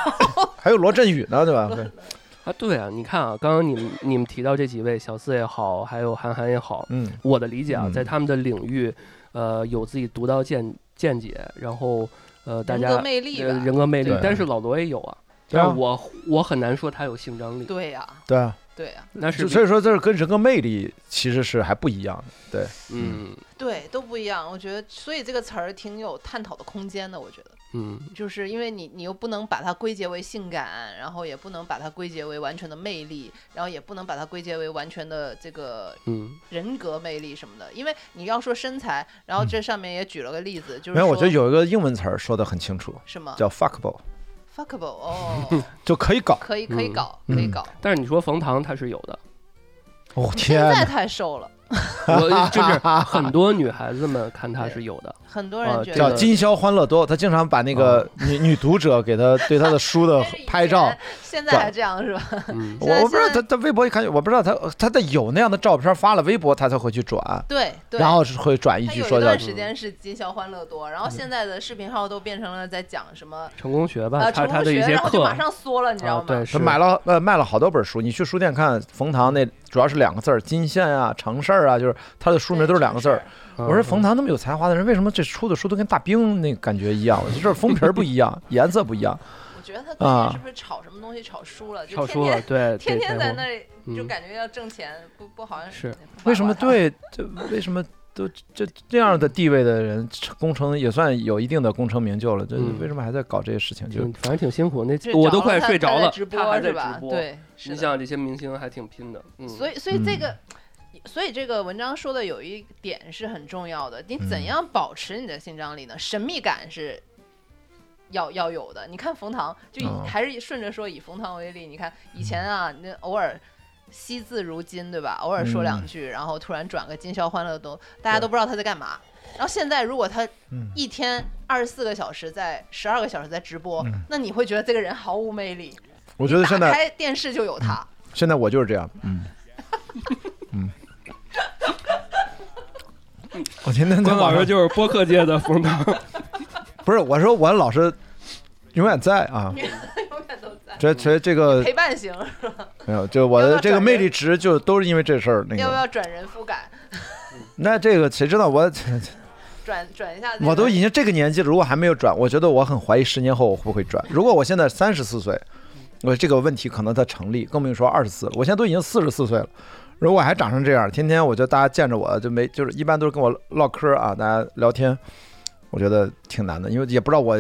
还有罗振宇呢，对吧？对 [LAUGHS] 啊，对啊，你看啊，刚刚你们你们提到这几位，小四也好，还有韩寒也好，嗯，我的理解啊，嗯在他们的领域，呃，有自己独到见见解，然后呃，大人家格魅力呃吧？人格魅力对，但是老罗也有啊。对啊但我我很难说他有性张力，对呀、对啊，对呀、[LAUGHS] 那是就所以说这是跟人格魅力其实是还不一样的。嗯对，都不一样。我觉得，所以这个词儿挺有探讨的空间的。我觉得，嗯就是因为你，你又不能把它归结为性感，然后也不能把它归结为完全的魅力，然后也不能把它归结为完全的这个嗯，人格魅力什么的。因为你要说身材，然后这上面也举了个例子，就是嗯没有，我觉说啊得有一个英文词儿说的很清楚，什么叫 fuckable， fuckable [LAUGHS] 哦，就可以搞。可以可以嗯搞，可以嗯搞。但是你说冯唐他是有 [LAUGHS] 的，哦现天在哪，太瘦了，我就是很多女孩子们看他是有的，很多啊人觉这哦叫个得。今宵欢乐多，他经常把那个女女读者给他对他的书 [LAUGHS] 的但是以拍照前，，现在还这样是吧？嗯 [LAUGHS] 我现在我不知道现他他在微博一看，我不知道他他得有那样的照片发了微博，他才会去转，对对。然后是会转一他句有说一叫段时间是今宵欢乐多，然后现在的视频号都变成了在讲什么成功学嗯吧，呃他成他功的学，一些然后就课马，上缩了，你知道啊吗？，对，是他买了呃卖了好多本书，你去书店看冯唐那主要是两个字儿金线啊常事儿啊，就是他的书名都是两个字儿。嗯我说冯嗯唐那么有 [LAUGHS] 才华的人，为什么这出的书都跟大兵那个感觉一样？就是封皮儿不一样，颜色不一样。我我觉得他最啊近是不是炒什么东西炒输了？就超天输了，天对，天对天对在我那里就嗯感觉要挣钱，不不好像是不管为什么他？对这为什么都这这样的地位的人，工程也算有一定的功成名就了，这嗯为什么还在搞这些事情？就挺反正挺辛苦，那睡我着都了快他睡他着在了，直他播还是在吧？直播，对，是你的。像这些明星还挺拼的，嗯，所以以，所以这嗯个，所以这个文章说的有一点是很重要的，你嗯怎样保持你的性张力呢？神秘感是。要要有的，你看冯唐，就以哦还是顺着说，以冯唐为例，你看以前啊，那偶尔惜字如金，对吧？偶尔说两嗯句，然后突然转个今宵欢乐多，大家都不知道他在干嘛。然后现在，如果他嗯一天二十四个小时在十二个小时在直播，嗯那你会觉得这个人毫无魅力。我觉得现打在开电视就有他，现在我就是这样，嗯嗯。嗯 [LAUGHS] 我天天在关网老上师就是播客界的冯唐， [LAUGHS] 不是我说我老师永远在啊， [LAUGHS] 永远都在这这这个陪伴型。没有，就我要不的要这个转魅人力值就都是因为这事儿那要不个。要转人夫感？那这个谁知道我转转一下、我都已经这个年纪了，如果还没有转，我觉得我很怀疑十年后我会不会转。如果我现在三十四岁，我这个问题可能它成立，更不用说二十四了。我现在都已经四十四岁了，如果我还长成这样，天天我觉得大家见着我就没，就是一般都是跟我唠嗑啊，大家聊天，我觉得挺难的，因为也不知道我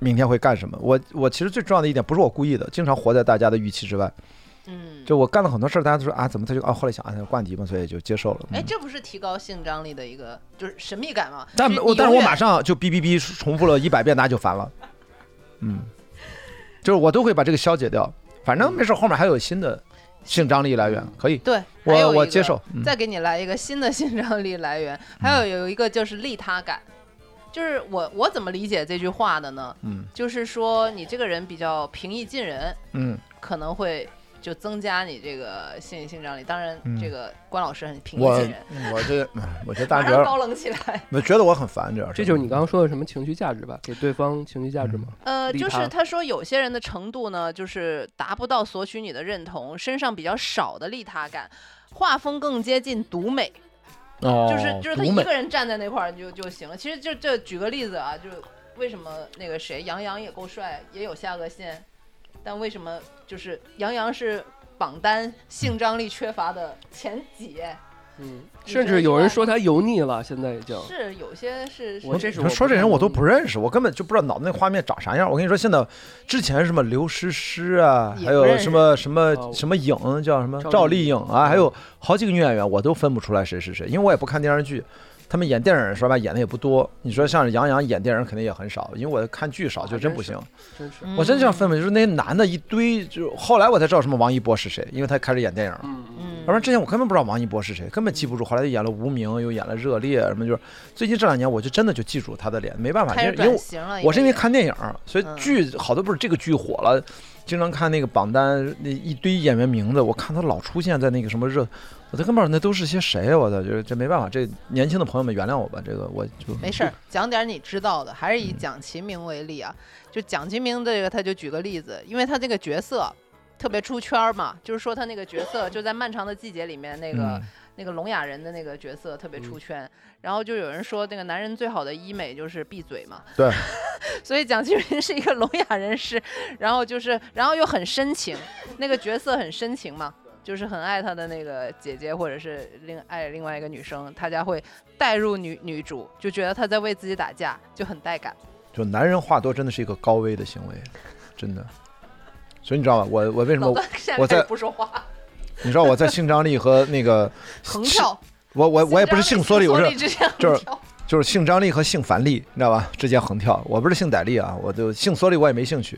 明天会干什么。我我其实最重要的一点不是我故意的，经常活在大家的预期之外。嗯，就我干了很多事儿，大家都说啊，怎么他就啊？后来想啊，挂机嘛，所以就接受了。嗯哎，这不是提高性张力的一个就是神秘感吗？但就我你但是我永远马上就哔哔哔重复了一百遍，大家就烦了。嗯，就是我都会把这个消解掉，反正没事，后面还有新的性张力来源，可以，对，还有我一我个接受。嗯再给你来一个新的性张力来源，还有有一个就是利他感，就是我我怎么理解这句话的呢？嗯就是说你这个人比较平易近人，嗯可能会就增加你这个性性张力。当然嗯，这个关老师很平易我近人，我这哎我这大马家上觉得高冷起来。我觉得我很烦，主要是这就是你刚刚说的什么情绪价值吧？给对方情绪价值吗？呃，利就是他他说有些人的程度呢，就是达不到索取你的认同，身上比较少的利他感，画风更接近独美，哦就是就是他独一美个人站在那块儿就就行了。其实就这举个例子啊，就是为什么那个谁杨洋也够帅，也有下颚线，但为什么就是杨洋是榜单性张力缺乏的前几？嗯，你甚觉得至有人是说他油腻了，现在已经。是有些是是我这是你说这人我都不认。认识，我根本就不知道脑子那画面长啥样。我跟你说，现在之前什么刘诗诗啊，也还不有认识什么什么哦什么颖叫什么赵赵丽嗯丽颖啊，还有好几个女演员，我都分不出来谁是谁，因为我也不看电视剧。他们演电影说吧，演的也不多。你说像杨洋演电影肯定也很少，因为我看剧少，就真不行。啊真嗯是，嗯我真这样分不不，就是那些男的一堆，就后来我才知道什么王一博是谁，因为他开始演电影了。嗯，嗯，要不然之前我根本不知道王一博是谁，根本记不住。后来演了《无名》，又演了《热烈》，什么就是最近这两年，我就真的就记住他的脸，没办法，开因始为因为转型了，我是因为也看电影，所以嗯剧好多不是这个剧火了，经常看那个榜单那一堆演员名字，我看他老出现在那个什么热，我都根本不知道那都是些谁啊，我操，就是这没办法，这年轻的朋友们原谅我吧，这个我就没事儿，讲点儿你知道的，还是以蒋勤明为例啊。就蒋勤明这个，他就举个例子，因为他这个角色特别出圈儿嘛，就是说他那个角色就在《漫长的季节》里面那个、嗯那个聋哑人的那个角色特别嗯出圈，然后就有人说那个男人最好的医美就是闭嘴嘛。对， [LAUGHS] 所以蒋勤明是一个聋哑人士，然后就是然后又很深情，那个角色很深情嘛。就是很爱他的那个姐姐，或者是另爱另外一个女生，他家会带入女女主，就觉得她在为自己打架，就很带感。就男人话多真的是一个高危的行为，真的。所以你知道吗？我我为什么老段现我在开在始不说话，你知道我在性张力和那个 [LAUGHS] 横跳。我我我也不是性缩力，我是之间就是横跳就是性张力和性繁力，你知道吧？之间横跳。我不是性歹力啊，我就性缩力我也没兴趣，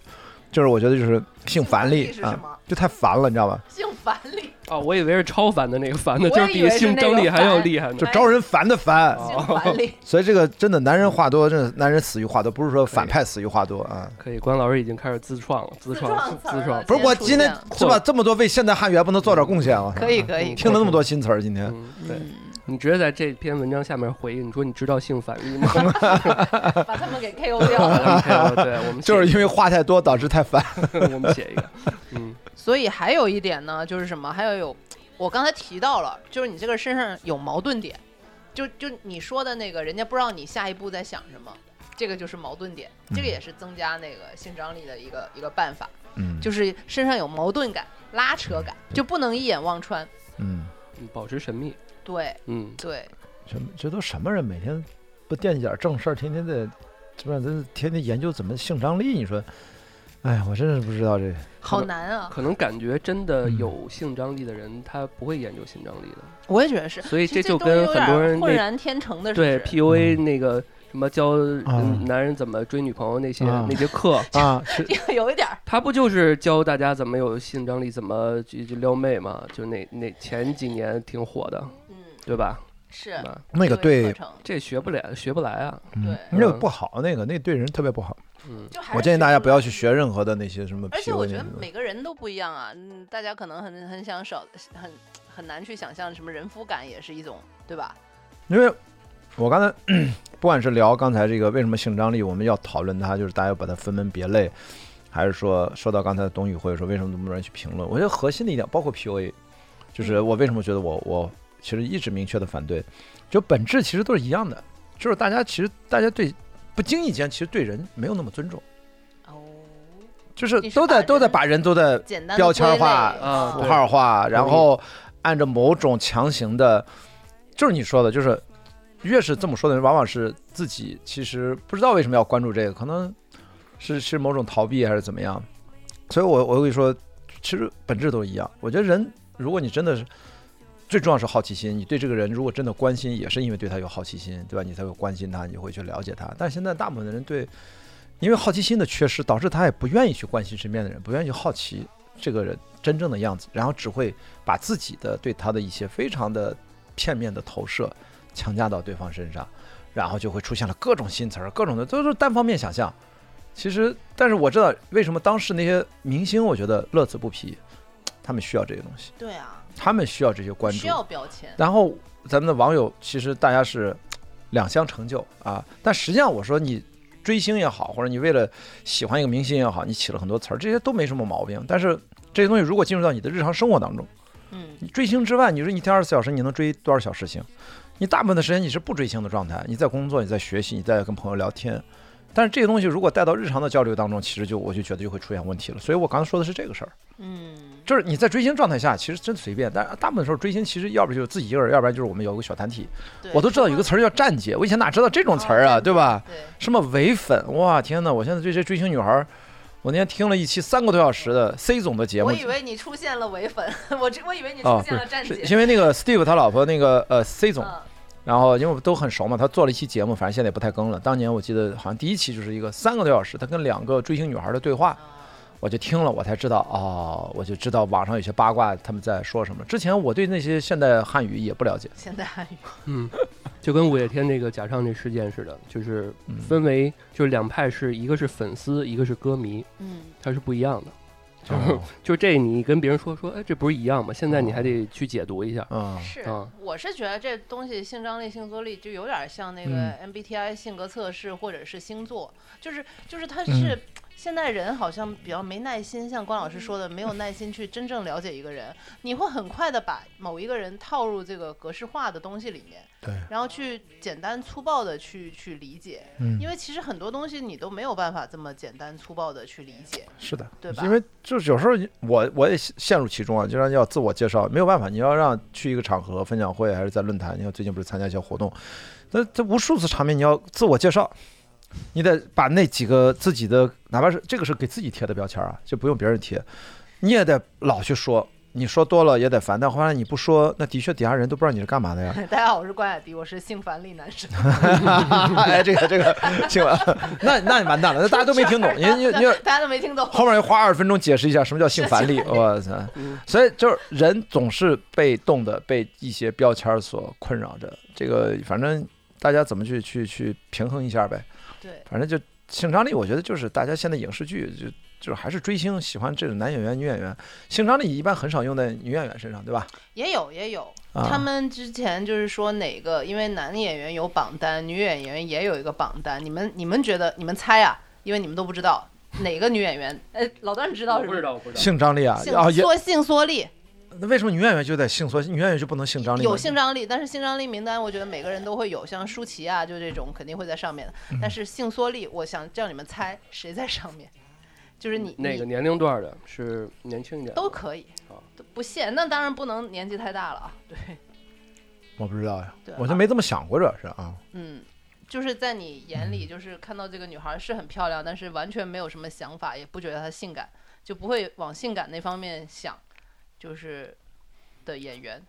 就是我觉得就是性繁力是什啊，么？就太烦了，你知道吧？性繁力，哦，我以为是超凡的那个凡的，我就也是以比为是性那张个力还要凡厉害呢就。招人烦的烦。哦性 [LAUGHS] 繁力。所以这个真的男人话多，真的男人死于话多，不是说反派死于话多啊。可以，关老师已经开始自创了，自自创创词儿自创了，不是我今天是吧？扩这么多为现代汉语还不能做点贡献啊？可以 [LAUGHS] 可以，听了那么多新词儿，今天嗯，对你直接在这篇文章下面回应，你说你知道性反义吗？ [LAUGHS] 把他们给 KO 掉 [LAUGHS] 了。对， [LAUGHS] 我们写就是因为话太多导致太烦。 [LAUGHS] 我们写一个，嗯，所以还有一点呢，就是什么？还有有，我刚才提到了，就是你这个身上有矛盾点，就就你说的那个，人家不知道你下一步在想什么。这个就是矛盾点，这个也是增加那个性张力的一个一个办法，嗯，就是身上有矛盾感、拉扯感，就不能一眼望穿。嗯，嗯保持神秘，对嗯，对，什么这都什么人，每天不惦记点正事儿，天天得是不是？咱天天研究怎么性张力？你说，哎，我真是不知道这。好难啊！可能感觉真的嗯有性张力的人，他不会研究性张力的，我也觉得是，所以其实这就东西跟有很多点人那浑然天成的，是不对是 PUA 那个什么教啊嗯男人怎么追女朋友那些啊那节 [LAUGHS] 课，啊，是这 [LAUGHS] 个有一点儿他不就是教大家怎么有性张力，怎么去去撩妹嘛？就那那前几年挺火的，嗯，对吧？是吧那个对对课，程这学不了，学不来啊。嗯对那个不好，那个那对人特别不好。嗯，就还是我建议大家不要去学。学任何的那些什么 PUA 那而些且东我西。觉得每个人都不一样啊，嗯，大家可能很很想少很很难去想象什么人夫感也是一种，对吧？因为我刚才 [COUGHS] 不管是聊刚才这个为什么性张力，我们要讨论它，就是大家要把它分门别类，还是说说到刚才董宇辉说为什么那么多人去评论？我觉得核心的一点，包括 PUA，就是我为什么觉得我我其实一直明确的反对，就本质其实都是一样的，就是大家其实大家对不经意间其实对人没有那么尊重，哦，就是你是都把在都在人把人都在简单地标签归类化啊符对号化，然同意后按照某种强行的，就是你说的，就是越是这么说的人，往往是自己其实不知道为什么要关注这个，可能是是某种逃避还是怎么样。所以我我跟你说，其实本质都一样。我觉得人，如果你真的是最重要是好奇心，你对这个人如果真的关心，也是因为对他有好奇心，对吧？你才会关心他，你会去了解他。但是现在大部分的人对，因为好奇心的缺失，导致他也不愿意去关心身边的人，不愿意去好奇这个人真正的样子，然后只会把自己的对他的一些非常的片面的投射强加到对方身上，然后就会出现了各种新词儿，各种的都是单方面想象。其实，但是我知道为什么当时那些明星，我觉得乐此不疲，他们需要这些东西，对啊，他们需要这些关注，需要标签，然后咱们的网友其实大家是两相成就啊，但实际上我说你追星也好，或者你为了喜欢一个明星也好，你起了很多词儿，这些都没什么毛病。但是这些东西如果进入到你的日常生活当中，嗯，你追星之外，你说一天二十四小时你能追多少小时星？你大部分的时间你是不追星的状态，你在工作，你在学习，你在跟朋友聊天。但是这些东西如果带到日常的交流当中，其实就我就觉得就会出现问题了。所以我刚才说的是这个事儿。嗯，就是你在追星状态下，其实真随便，但是大部分时候追星其实要不就是自己一个人，要不然就是我们有个小团体。对我都知道有个词儿叫站姐，我以前哪知道这种词儿啊，哦对吧？对，什么唯粉，哇天哪！我现在对这追星女孩儿，我那天听了一期三个多小时的 C 总的节目我，以为你出现了唯粉， [LAUGHS] 我这我以为你哦出现了站是姐，因为那个 Steve 他老婆那个呃 C 总，嗯，然后因为我们都很熟嘛，他做了一期节目，反正现在也不太更了。当年我记得好像第一期就是一个三个多小时，他跟两个追星女孩儿的对话。啊我就听了，我才知道哦，我就知道网上有些八卦他们在说什么。之前我对那些现代汉语也不了解，现代汉语，嗯，就跟五月天那个假唱那事件似的，就是分为就是两派是一个是粉丝，一个是歌迷，嗯，它是不一样的。 [LAUGHS] 哦就这你跟别人说说，哎，这不是一样吗？现在你还得去解读一下。哦嗯，是啊，我是觉得这东西性张力、性作力就有点像那嗯个 MBTI 性格测试或者是星座，就是就是嗯它是现在人好像比较没耐心，像关老师嗯说的，没有耐心去真正了解一个人，你会很快的把某一个人套入这个格式化的东西里面，对，然后去简单粗暴的去去理解，嗯因为其实很多东西你都没有办法这么简单粗暴的去理解， [LAUGHS] 是的，对吧因为就是有时候我我也陷入其中啊，就像要自我介绍，没有办法，你要让去一个场合分享会还是在论坛，你看最近不是参加一些活动，那这无数次场面你要自我介绍，你得把那几个自己的，哪怕是这个是给自己贴的标签啊，就不用别人贴，你也得老去说。你说多了也得烦，但后来你不说，那的确底下人都不知道你是干嘛的 [LAUGHS] 呀。大家好，我是关雅迪，我是性烦力男生，哎，这个这个新闻，那那你完蛋了，那大家都没听懂。你你你 [LAUGHS] 大家都没听懂，后面又花二十分钟解释一下什么叫性反力，我操！嗯所以就是人总是被动的被一些标签儿所困扰着，这个反正大家怎么去去去平衡一下呗。对。反正就性张力，我觉得就是大家现在影视剧就就是还是追星，喜欢这种男演员、女演员，性张力一般很少用在女演员身上，对吧？也有也有，啊他们之前就是说哪个，因为男演员有榜单，女演员也有一个榜单。你们你们觉得你们猜啊？因为你们都不知 [LAUGHS] 哎道哪个女演员，呃，老段知道是不是？道，不性张力啊性啊也缩性缩力，那为什么女演员就得性缩，女演员就不能性张力呢？有性张力，但是性张力名单，我觉得每个人都会有，像舒淇啊，就这种肯定会在上面的。嗯但是性缩力，我想叫你们猜谁在上面，就是你哪个你年龄段的？是年轻一点的都可以好，都不限。那当然不能年纪太大了啊。对，我不知道呀对，我就没这么想过，主要是啊，嗯，就是在你眼里，就是看到这个女孩是很漂亮，但是完全没有什么想法，也不觉得她性感，就不会往性感那方面想，就是的演员。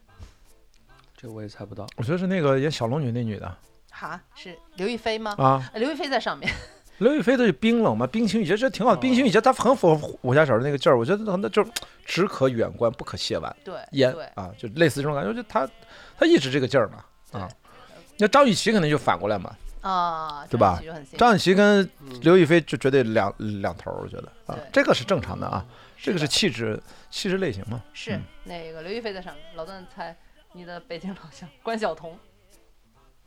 这我也猜不到。我觉得是那个演小龙女那女的哈，是刘亦菲吗？啊，呃刘亦菲在上面。刘亦菲她就冰冷嘛，冰清玉洁，这挺好。哦冰清玉洁，她很符合武侠小说那个劲儿，我觉得她那就是只可远观不可亵玩，对， [LAUGHS] 演对，啊，就类似这种感觉，就她她一直这个劲儿嘛啊对。那张雨绮肯定就反过来嘛，啊，对吧张雨绮就很性感张雨绮跟嗯刘亦菲就绝对两两头儿，我觉得啊对，这个是正常的啊，这个是是的气质气质类型嘛。是嗯那个刘亦菲在上面，老段猜你的北京老乡关晓彤，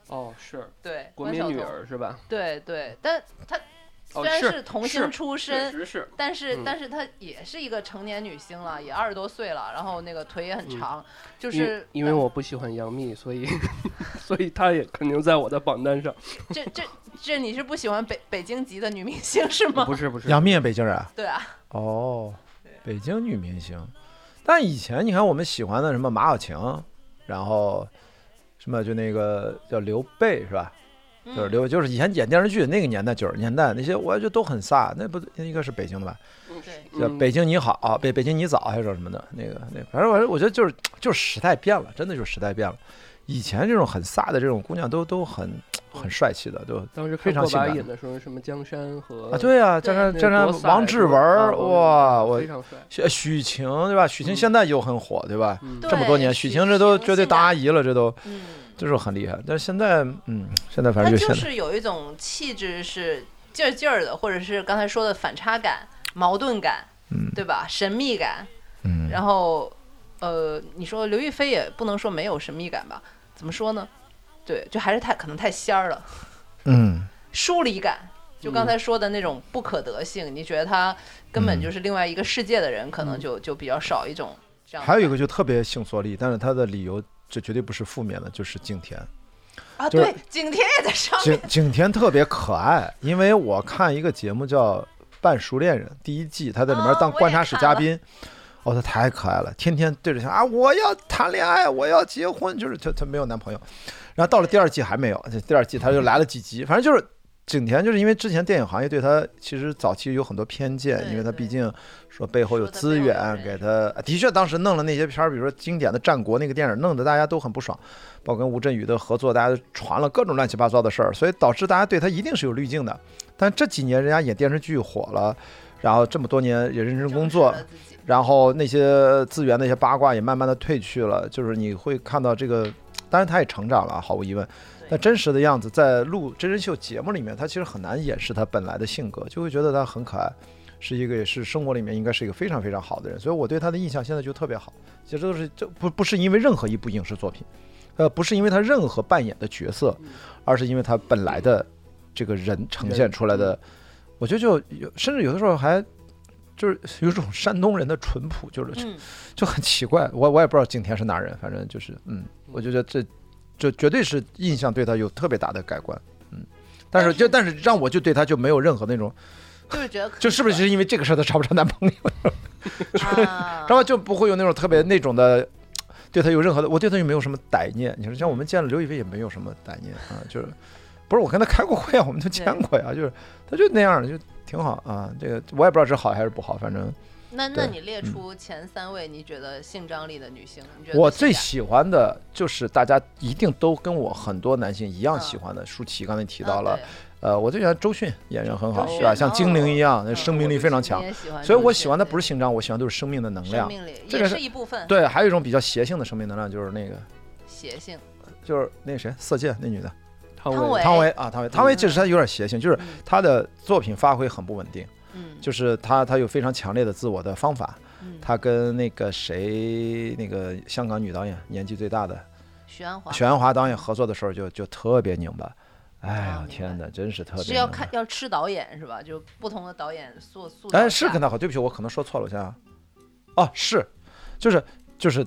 哦，是对，国关民晓女彤，儿是吧？对对，但她哦虽然是童是星出身，确实是。但是、嗯但是她也是一个成年女星了，也二十多岁了，然后那个腿也很嗯长，就因是因为我不喜欢杨幂，所以 [LAUGHS] 所以她也肯定在我的榜单上。这这这你是不喜欢北北京籍的女明星是吗？嗯不是不是，杨幂也北京人啊，对啊，哦，北京女明星，但以前你看我们喜欢的什么马小晴，然后什么就那个叫刘备是吧？就是嗯，刘，就是以前演电视剧那个年代，九十年代那些，我觉得都很飒。那不应该是北京的吧？对，叫嗯北京你好，啊北北京你早，还有叫什么的？那个那个，反正我我觉得就是就是时代变了，真的就是时代变了。以前这种很飒的这种姑娘都都很很帅气的，嗯都当时看非常过性把感瘾的时候，什么江山和啊，对啊，对加上那加上国色王也志是文啊儿，王志文哇，我非常帅。许许晴对吧？许晴嗯现在又很火对吧？嗯对这么多年，许许晴这都晴绝对现在当阿姨了，这都嗯，这是很厉害。但是现在，嗯，现在反她正就现在，是有一种气质是劲儿劲儿的，或者是刚才说的反差感、矛盾感，嗯对吧？神秘感，嗯，然后，呃，你说刘亦菲也不能说没有神秘感吧？怎么说呢？对，就还是太可能太仙儿了，嗯，疏离感，就刚才说的那种不可得性，你觉得她根嗯本就是另外一个世界的人，可能就就比较少一种这样的感觉。还有一个就特别性缩力，但是他的理由这绝对不是负面的，就是景甜。啊，就是对，景甜也在上面景景甜特别可爱，因为我看一个节目叫《半熟恋人》第一季，她在里面啊当我也观察室看嘉了宾。哦，她太可爱了，天天对着想啊，我要谈恋爱，我要结婚，就是她她没有男朋友，然后到了第二季还没有，这第二季她就来了几集，反正就是景甜，就是因为之前电影行业对她其实早期有很多偏见，对因为她对毕竟说背后有说她资背后有源人给她，的确当时弄了那些片儿，比如说经典的《战国》那个电影，弄得大家都很不爽。包括跟吴镇宇的合作，大家都传了各种乱七八糟的事儿，所以导致大家对他一定是有滤镜的。但这几年人家演电视剧火了，然后这么多年也认真工作证实，了自己然后那些资源、那些八卦也慢慢的褪去了，就是你会看到这个，当然他也成长了，毫无疑问。但真实的样子，在录真人秀节目里面，他其实很难掩饰他本来的性格，就会觉得他很可爱，是一个也是生活里面应该是一个非常非常好的人，所以我对他的印象现在就特别好。其实都是这不不是因为任何一部影视作品，呃，不是因为他任何扮演的角色，嗯而是因为他本来的这个人嗯呈现出来的，我觉得就有甚至有的时候还。就是有一种山东人的淳朴，就是嗯，就很奇怪，我我也不知道景甜是哪人，反正就是，嗯，我就觉得这这绝对是印象对他有特别大的改观，嗯，但是就但是让我就对他就没有任何那种，就是觉得可就是不是是因为这个事儿他找不着男朋友， [LAUGHS] 啊然后就不会有那种特别那种的。对他有任何的，我对他就没有什么歹念。你说像我们见了刘亦菲也没有什么歹念啊，就是不是我跟他开过会啊，我们都见过呀，就是他就那样的，就挺好啊。这个我也不知道是好还是不好，反正那那对你列出前三位，你觉得性张力的女星？你觉得我谁最呀喜欢的就是大家一定都跟我很多男性一样嗯喜欢的舒淇，刚才提啊到了对，呃，我最喜欢周迅，演员很好，周是吧？迅像精灵一样，那嗯生命力非常强你。也喜欢所以我周喜迅欢的对不是勋章，我喜欢都是生命的能生量。命力，这也个是是一部分对，还有一种比较邪性的生命能量，就是那个，邪性。就是那谁，色戒那女的，汤汤唯唯汤唯啊，汤唯，汤唯其实她有点邪性，就是嗯她的作品发挥很不稳定，嗯，就是她她有非常强烈的自我的方法，嗯她跟那个谁，那个香港女导演年纪最大的，许鞍华许鞍华导演合作的时候就就特别拧巴，哎哦呀明白天哪，真是特别是拧要巴看要吃导演是吧？就不同的导演塑塑造下。哎，是跟他好，对不起，我可能说错了，我想想，哦，是，就是就是，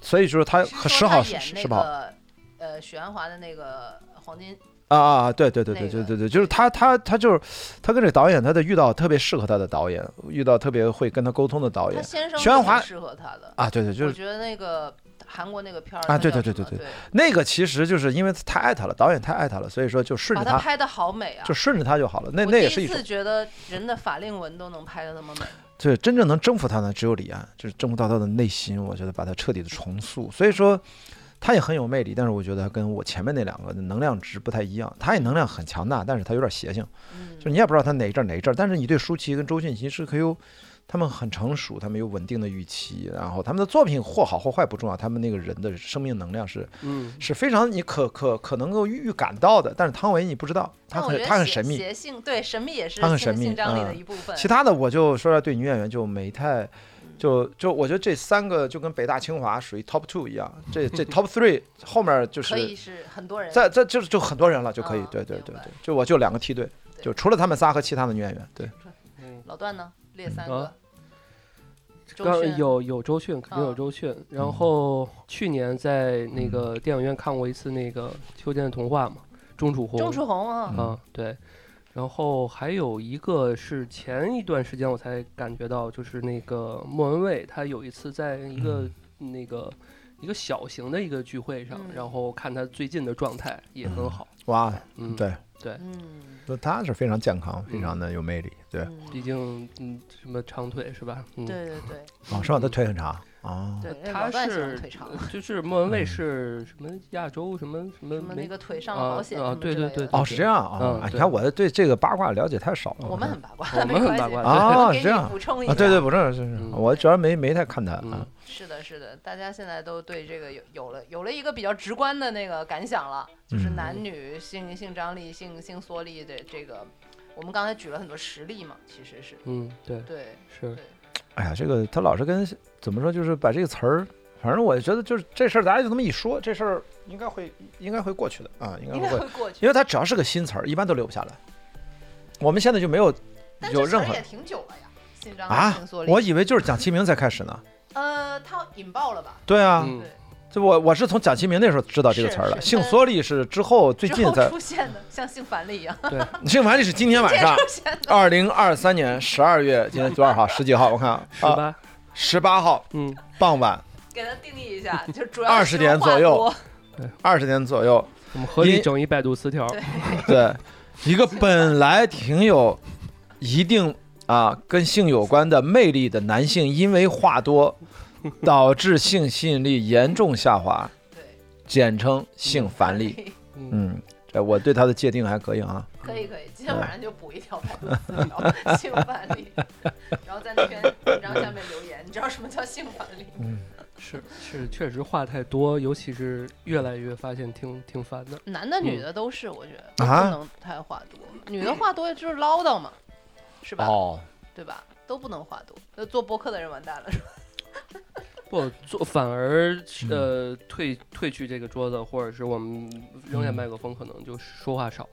所以就是他时是说他好演时那时不好个呃，许鞍华的那个黄金啊啊！对对对对那对个对对，就是他他他就是他跟这导演，他得遇到特别适合他的导演，遇到特别会跟他沟通的导他演先生许鞍就挺华适合他的，啊，对对，就我是觉得那个韩国那个片儿啊那对叫对什对么对对，那个其实就是因为太爱他了，导演太爱他了，所以说就顺把着他拍的好美啊！就顺着他就好了。那我那也第是一一种次，觉得人的法令纹都能拍的那么美，对，真正能征服他的只有李安，就是征服到他的内心，我觉得把他彻底的重塑。所以说。他也很有魅力，但是我觉得他跟我前面那两个能量值不太一样。他也能量很强大，但是他有点邪性。嗯就，你也不知道他哪一阵儿哪一阵儿，但是你对舒淇跟周迅其实可以有，他们很成熟，他们有稳定的预期，然后他们的作品或好或坏不重要，他们那个人的生命能量是嗯，是非常你可可可能够预感到的。但是汤唯你不知道，他但我很觉得他很邪神秘。邪性对神秘也是他很性神秘性张力的嗯一部分。其他的我就说来对女演员就没太，就就我觉得这三个就跟北大清华属于 top two 一样，这 [LAUGHS] 这 top three 后面就可以是是很多人在在就是就很多人了就可以嗯，对对明对白对，就我就两个梯队，对就除了他们仨和其他的女演员，对。老段呢列三啊个，周嗯刚迅有有周迅，肯定有嗯啊周迅。然后去年在那个电影院看过一次那个《秋天的童话》嘛，钟楚红。钟楚红嗯啊，啊，对。然后还有一个是前一段时间我才感觉到，就是那个莫文蔚，她有一次在一个嗯那个一个小型的一个聚会上，嗯然后看她最近的状态也很好。哇，嗯，对嗯，就他是非常健康，嗯非常的有魅力，对。嗯毕竟嗯，什么长腿是吧？嗯，对对对哦，是吧？他腿很长啊，对，因为她老段喜欢是腿长呃，就是莫文蔚嗯是什么亚洲什么什么什么没那个腿上啊保险啊什么对之对类对的对哦，是这样啊嗯。哎你对看我的对这个八卦了解太少了。我们很八卦，我没们很关八系卦啊给这你样补充一下。啊，对对，不是是是，嗯我主要没没太看他啊嗯。是的，是的，大家现在都对这个有有了有了一个比较直观的那个感想了，就是嗯男女性性张力、性性缩力的这个，我们刚才举了很多实例嘛，其实是嗯，对，对，是哎呀，这个他老是跟怎么说，就是把这个词儿，反正我觉得就是这事儿，大家就这么一说，这事儿应该会应该会过去的啊，应该应会该过去，会过去。因为他只要是个新词儿，一般都留不下来。我们现在就没有但有这词任儿何也挺久了呀，性张啊力、性缩力。我以为就是蒋奇明才开始呢。呃，他引爆了吧？对啊，嗯对，这我我是从蒋奇明那时候知道这个词儿的。是是性缩力是之后最之近后才出现的，像性反例一样，性反例是今天晚这 [LAUGHS] 上，出现的。二零二三年十二月，今天多少号？十几号？我看啊十啊，八、十八号嗯，傍晚给它定义一下，就主要20是点话左右多二十点左右，我们合力因整一百度词条。对对，一个本来挺有一定啊跟性有关的魅力的男性，因为话多，导致性吸引力严重下滑，对，简称性反例。例。嗯，嗯，这我对他的界定还可以啊。可以可以，今天晚上就补一条百度词条性反例，然后在那篇文章下面留言，你知道什么叫性反例？是是，确实话太多，尤其是越来越发现挺挺烦的。男的女的都是，我觉得不啊能太话多，女的话多就是唠叨嘛，是哦，对吧？都不能话多，那做播客的人完蛋了，是吧？不做，反而嗯是呃退退去这个桌子，或者是我们扔下嗯麦克风，可能就是说话少。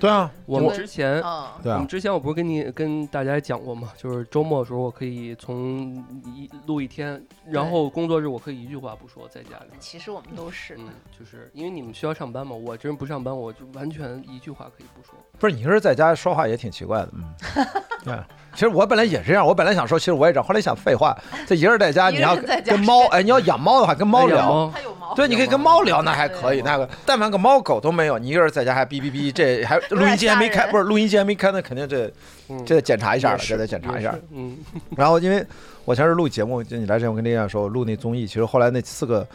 对啊，我就们跟之前。嗯，对我啊们，之前我不是跟你跟大家讲过吗？就是周末的时候，我可以从一录一天，然对后工作日我可以一句话不说，在家里面。其实我们都是，嗯，就是因为你们需要上班嘛，我真不上班，我就完全一句话可以不说。不是，你是在家说话也挺奇怪的，嗯， [LAUGHS] 对。其实我本来也这样，我本来想说，其实我也这样，后来想废话，这一个人在家，一你个要人在家跟是猫，哎，你要养猫的话，跟猫哎呀聊，猫它有毛，对，你可以有跟猫猫聊，那还可以，对那个但凡个猫狗都没有，你一个人在家还哔哔哔，这还点录音机还没吓开，人不是录音机还没开，那肯定这嗯，这得检查一下了，也是这得检查一下也。是 [LAUGHS] 嗯，然后因为我前阵录节目，就你来之前我跟丽亚说，我录那综艺，其实后来那四个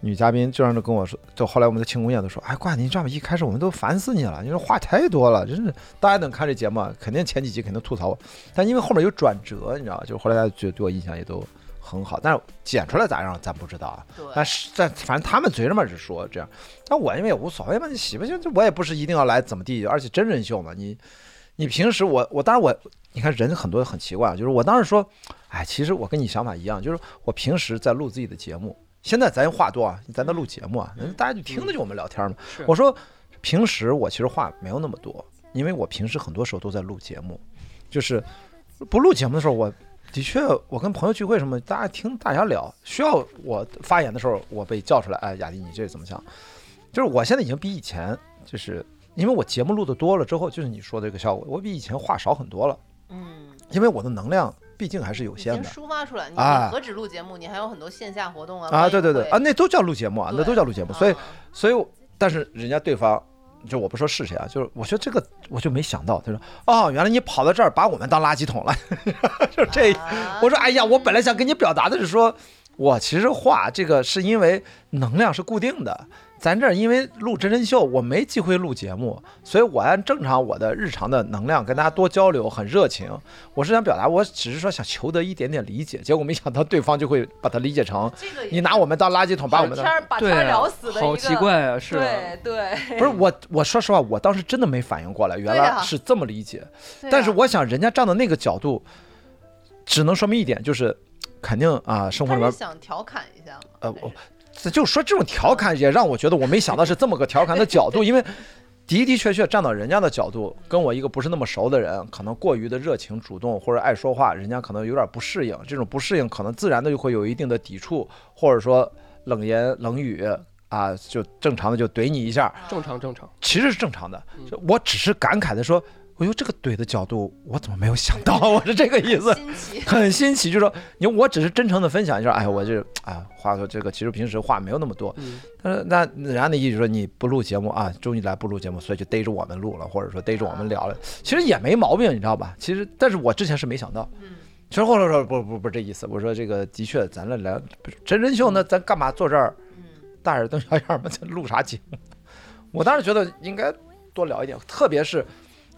女嘉宾就让她跟我说，就后来我们的庆功宴都说，哎，挂你这样吧，一开始我们都烦死你了，你说话太多了，真是大家等看这节目，啊，肯定前几集肯定吐槽我，但因为后面有转折，你知道吧，就是后来大家觉得对我印象也都很好，但是剪出来咋样咱不知道啊。但对，是但反正他们嘴上面是说这样，但我因为也无所谓嘛，你喜不喜欢，这我也不是一定要来怎么地，而且真人秀嘛，你你平时我我当然我你看人很多很奇怪啊，就是我当时说，哎，其实我跟你想法一样，就是我平时在录自己的节目，现在咱话多啊，咱在录节目啊，大家就听着就我们聊天嘛，是我说平时我其实话没有那么多，因为我平时很多时候都在录节目，就是不录节目的时候我。的确，我跟朋友聚会什么，大家听大家聊，需要我发言的时候，我被叫出来，哎，雅迪，你这怎么想？就是我现在已经比以前，就是因为我节目录的多了之后，就是你说的这个效果，我比以前话少很多了，嗯，因为我的能量毕竟还是有已限经的。抒发出来，你啊你何止录节目，你还有很多线下活动啊啊，对对对，啊，那那都叫录节目啊，那都叫录嗯节目。所以，所以我，但是人家对方，就我不说是谁啊，就是我觉得这个我就没想到，他说，哦，原来你跑到这儿把我们当垃圾桶了， [LAUGHS] 就是这。啊我说，哎呀，我本来想跟你表达的是说，我其实话这个是因为能量是固定的。咱这儿因为录真人秀，我没机会录节目，所以我按正常我的日常的能量跟大家多交流，很热情。我是想表达，我只是说想求得一点点理解，结果没想到对方就会把它理解成这个也你拿我们当垃圾哦桶，把我们天当……儿把天对儿啊，聊死的一个，好奇怪啊，是啊对对，不是我，我说实话，我当时真的没反应过来，原对来啊是这么理解。对但是啊我想，人家站的那个角度，只能说明一点，就是肯定啊，生活他里面是想调侃一下嘛，呃还我是这就说这种调侃也让我觉得我没想到是这么个调侃的角度，因为的的确确站到人家的角度，跟我一个不是那么熟的人，可能过于的热情主动或者爱说话，人家可能有点不适应，这种不适应可能自然的就会有一定的抵触，或者说冷言冷语啊，就正常的就怼你一下，啊正 [LAUGHS] 常正常。其实是正常的。就我只是感慨的说，哎呦，这个怼的角度我怎么没有想到？ [LAUGHS] 我是这个意思。新奇，很新奇，就说你我只是真诚的分享一下，哎，我这哎话说这个，其实平时话没有那么多，嗯，但是那人家的意思说你不录节目啊，终于来不录节目，所以就逮着我们录了，或者说逮着我们聊了，其实也没毛病，你知道吧？其实，但是我之前是没想到，嗯，其实后来说不不不是这意思，我说这个的确，咱来来真人秀呢，咱干嘛坐这儿嗯大眼瞪小眼儿嘛，咱录啥节目？我当时觉得应该多聊一点，特别是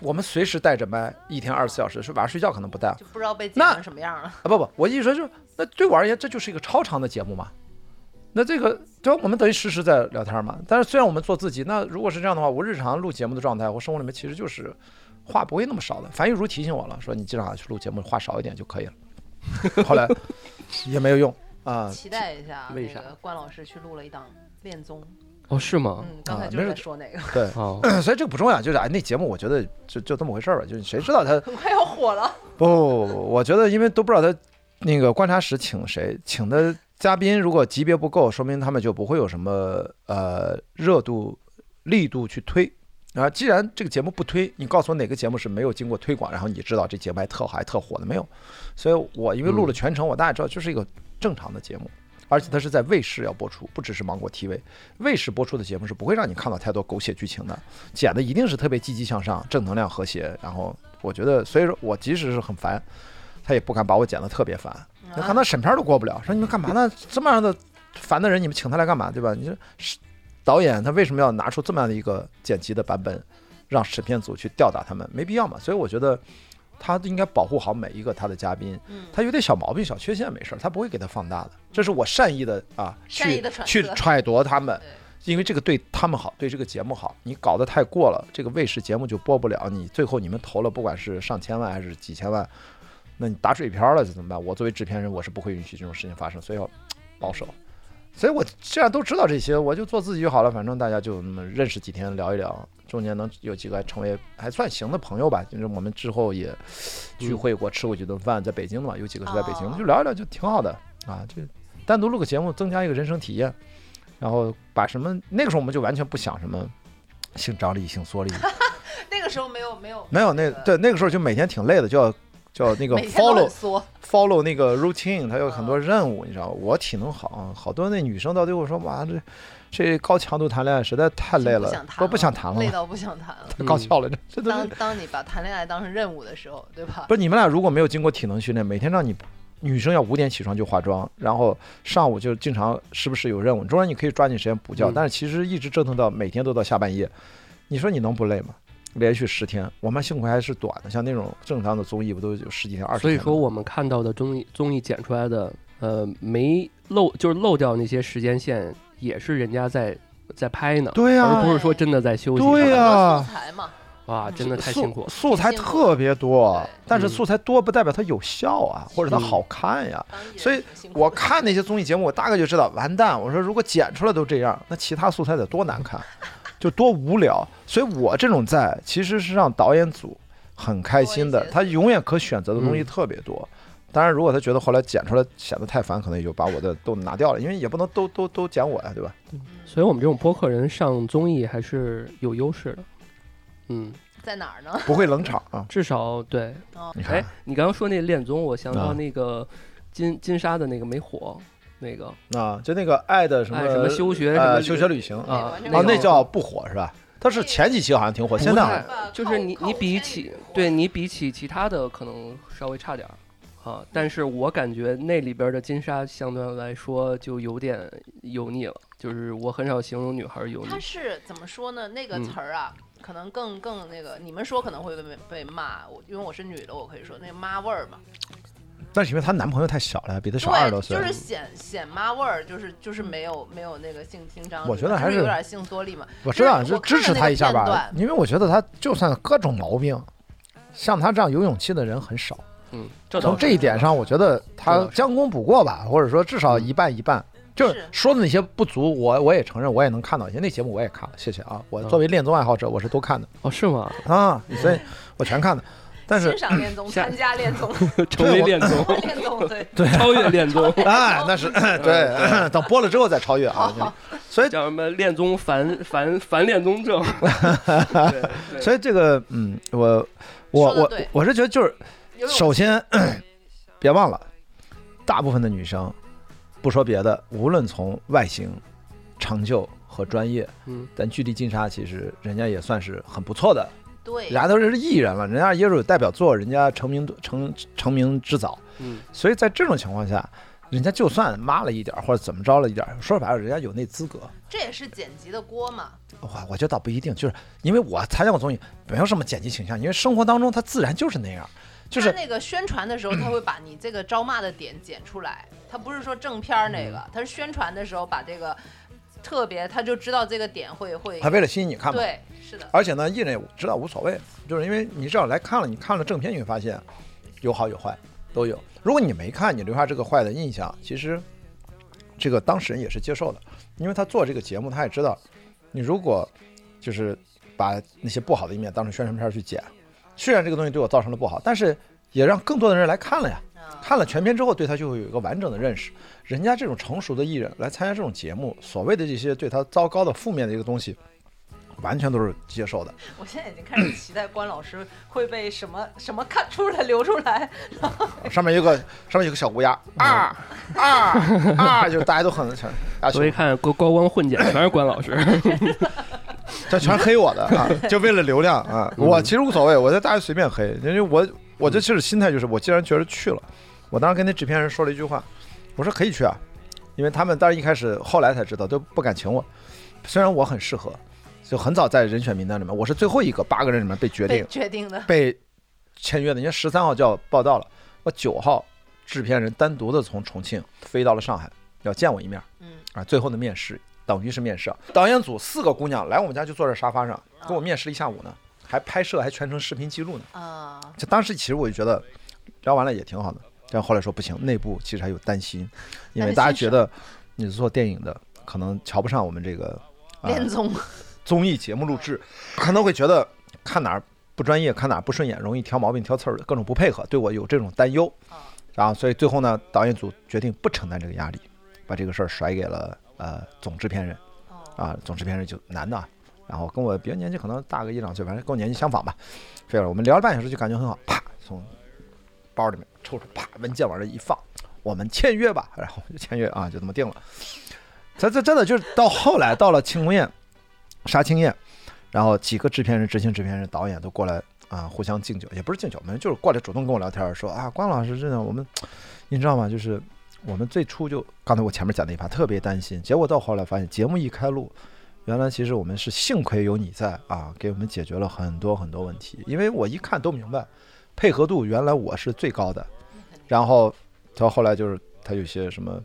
我们随时带着麦，一天二十四小时，是晚上睡觉可能不带，就不知道被剪那成什么样了，啊，不不，我意思说就是，那对我而言，这就是一个超长的节目嘛。那这个，对吧？我们等于实时在聊天嘛。但是虽然我们做自己，那如果是这样的话，我日常录节目的状态，我生活里面其实就是话不会那么少的。樊玉茹提醒我了，说你尽量去录节目，话少一点就可以了。后来也没有用啊、期待一下为那啥个关老师去录了一档恋综，哦，是吗？嗯，刚啊才就没是事在说那个， [LAUGHS] 对， [CLEARS THROAT] 哦，所以这个不重要，就是哎，那节目我觉得就就这么回事儿吧，就是谁知道他很快要火了， [LAUGHS] 不不不不，我觉得因为都不知道他那个观察室请谁，请的嘉宾如果级别不够，说明他们就不会有什么呃热度、力度去推。啊，既然这个节目不推，你告诉我哪个节目是没有经过推广，然后你知道这节目还特好还特火的没有？所以我因为录了全程，我大概知道这是一个正常的节目，而且它是在卫视要播出，不只是芒果 TV。卫视播出的节目是不会让你看到太多狗血剧情的，剪的一定是特别积极向上、正能量、和谐。然后我觉得，所以说我即使是很烦，他也不敢把我剪得特别烦。啊那可能审片都过不了，说你们干嘛呢？这么样的烦的人，你们请他来干嘛？对吧？你说是导演他为什么要拿出这么样的一个剪辑的版本，让审片组去吊打他们？没必要嘛。所以我觉得他应该保护好每一个他的嘉宾。嗯，他有点小毛病、小缺陷没事儿，他不会给他放大的。这是我善意的啊，善去意的揣测去揣度他们对，因为这个对他们好，对这个节目好。你搞得太过了，这个卫视节目就播不了。你最后你们投了，不管是上千万还是几千万，那你打水漂了，这怎么办？我作为制片人，我是不会允许这种事情发生，所以要保守。所以我既然都知道这些，我就做自己就好了。反正大家就那么认识几天，聊一聊，中间能有几个成为还算行的朋友吧。就是我们之后也聚会过，吃过几顿饭，在北京的嘛，有几个是在北京的，哦就聊一聊就挺好的啊。就单独录个节目，增加一个人生体验，然后把什么那个时候我们就完全不想什么性张力、性缩 [LAUGHS] 力，那个时候没有没有没有那这个对那个时候就每天挺累的，就要就要那个每天都 follow 很缩， follow 那个 routine，它有很多啊任务，你知道吗？我体能好，好多那女生到最后说哇，这这高强度谈恋爱实在太累不了想，谈都不想谈了累嘛，到不想 [LAUGHS] 谈了。高效了，这这都当是当你把谈恋爱当成任务的时候，对吧？不是你们俩如果没有经过体能训练，每天让你。女生要五点起床就化妆，然后上午就经常时不时有任务，中间你可以抓紧时间补觉，嗯但是其实一直折腾到每天都到下半夜，你说你能不累吗？嗯连续十天，我们幸亏还是短的，像那种正常的综艺不都有十几天、二十所天以的吗？说我们看到的综艺综艺剪出来的，呃，没漏就是漏掉那些时间线，也是人家在在拍呢，对呀、而不是说真的在休息。对呀很多素材嘛，哇，嗯真的太素辛苦了。素材辛苦特别多对，但是嗯素材多不代表它有效啊，或者它嗯好看呀。当艺人所以挺辛苦的我看那些综艺节目，我大概就知道，完蛋！我说如果剪出来都这样，那其他素材得多难 [LAUGHS] 看，就多无聊。所以我这种在其实是让导演组很开心多的一，些他永远可选择的东西嗯特别多。当然，如果他觉得后来剪出来显得太烦，可能也就把我的都拿掉了，因为也不能都都都讲我呀，对吧？嗯所以我们这种播客人上综艺还是有优势的。嗯，在哪儿呢？不会冷场啊。至少对。哦你看哎，你刚刚说那恋综，我想啊到那个金、金沙的那个没火，那个啊，就那个爱的什么哎什么休学什么呃休学旅行啊，啊，那个那叫不火是吧？他是前几期好像挺火，不现在好太像就是你你比起对你比起其他的可能稍微差点儿。啊，但是我感觉那里边的金沙相对来说就有点油腻了，就是我很少形容女孩油腻他。是怎么说呢？那个嗯词儿啊，可能更更那个，你们说可能会被被骂，我因为我是女的，我可以说那个妈味儿嘛。但是因为她男朋友太小了，比她小二十多对，岁就。是显显妈味儿，就是就是没有没有那个性听张力嘛，我觉得还就是是有点性缩力嘛。我知道，就是就我看支了持那她个一下片吧段，因为我觉得她就算各种毛病，像她这样有勇气的人很少。嗯，这倒从是这一点上，我觉得这她倒是嗯将功补过吧，或者说至少一半一半。就是是说的那些不足，我我也承认，我也能看到一些。那节目我也看了，谢谢啊！我嗯作为恋综爱好者，我是都看的哦是 [LAUGHS] 吗？啊，所以我全看的。但是欣赏恋综，下参加恋综，成为我恋综， [LAUGHS] 啊恋综对。超越恋综， [LAUGHS] 哎，那是 [COUGHS] 哦对，等播了之后再超越啊。所以叫什么恋综反反反恋综 [LAUGHS] 症。对对所以这个，嗯，我我说得我对我是觉得就是，游泳首先别忘了，大部分的女生，不说别的，无论从外形、成就和专业，嗯，咱距离金莎其实人家也算是很不错的，对人，家都是艺人了，人家也有代表作，人家成名成成名之早，嗯，所以在这种情况下。人家就算妈了一点儿或者怎么着了一点儿，说白了，人家有那资格。这也是剪辑的锅嘛。哇，我觉得倒不一定，就是因为我参加过综艺，没有什么剪辑倾向，因为生活当中它自然就是那样，就是嗯他那个宣传的时候，他会把你这个招骂的点剪出来，他不是说正片儿那个，嗯他是宣传的时候把这个特别，他就知道这个点会会他。为了吸引你看嘛。对，是的，而且呢，艺人也知道无所谓，就是因为你只要来看了，你看了正片，你会发现有好有坏都有。如果你没看，你留下这个坏的印象，其实这个当事人也是接受的，因为他做这个节目，他也知道，你如果就是把那些不好的一面当成宣传片儿去剪，虽然这个东西对我造成了不好，但是也让更多的人来看了呀。嗯，看了全片之后，对他就会有一个完整的认识。人家这种成熟的艺人来参加这种节目，所谓的这些对他糟糕的负面的一个东西，完全都是接受的。我现在已经开始期待关老师会被什么什么看出来流出来。啊上面有个上面有个小乌鸦，啊啊啊， [LAUGHS] 就是大家都很很啊，所以看高高光混剪全是关老师。这全黑我的啊，就为了流量啊。嗯我其实无所谓，我在大家随便黑，因为我我这就是心态，就是我既然觉得去了，我当时跟那制片人说了一句话，我说可以去啊，因为他们当然一开始后来才知道都不敢请我，虽然我很适合，就很早在人选名单里面，我是最后一个八个人里面被决被定决定的，被签约的，人家十三号就要报道了，我九号制片人单独的从重庆飞到了上海，要见我一面。嗯，啊，最后的面试等于是面试啊。导演组四个姑娘来我们家就坐在沙发上给我面试了一下午呢，还拍摄还全程视频记录呢。啊、就当时其实我就觉得聊完了也挺好的，但后来说不行，内部其实还有担心，因为大家觉得你是做电影的，可能瞧不上我们这个、呃、恋综，综艺节目录制，可能会觉得看哪儿不专业，看哪儿不顺眼，容易挑毛病、挑刺儿的，各种不配合，对我有这种担忧啊。然后，所以最后呢，导演组决定不承担这个压力，把这个事儿甩给了呃总制片人哦，啊，总制片人就男的啊，然后跟我比较年纪可能大个一两岁，反正跟我年纪相仿吧。这样我们聊了半小时就感觉很好，啪从包里面抽出，啪文件往这一放，我们签约吧，然后就签约啊，就这么定了。这这真的就是到后来到了庆功宴，杀青宴，然后几个制片人、执行制片人、导演都过来啊、互相敬酒，也不是敬酒，我们就是过来主动跟我聊天，说啊，关老师真的我们，你知道吗？就是我们最初就刚才我前面讲那一趴特别担心，结果到后来发现节目一开录。原来其实我们是幸亏有你在啊，给我们解决了很多很多问题。因为我一看都明白，配合度原来我是最高的，然后到后来就是他有些什么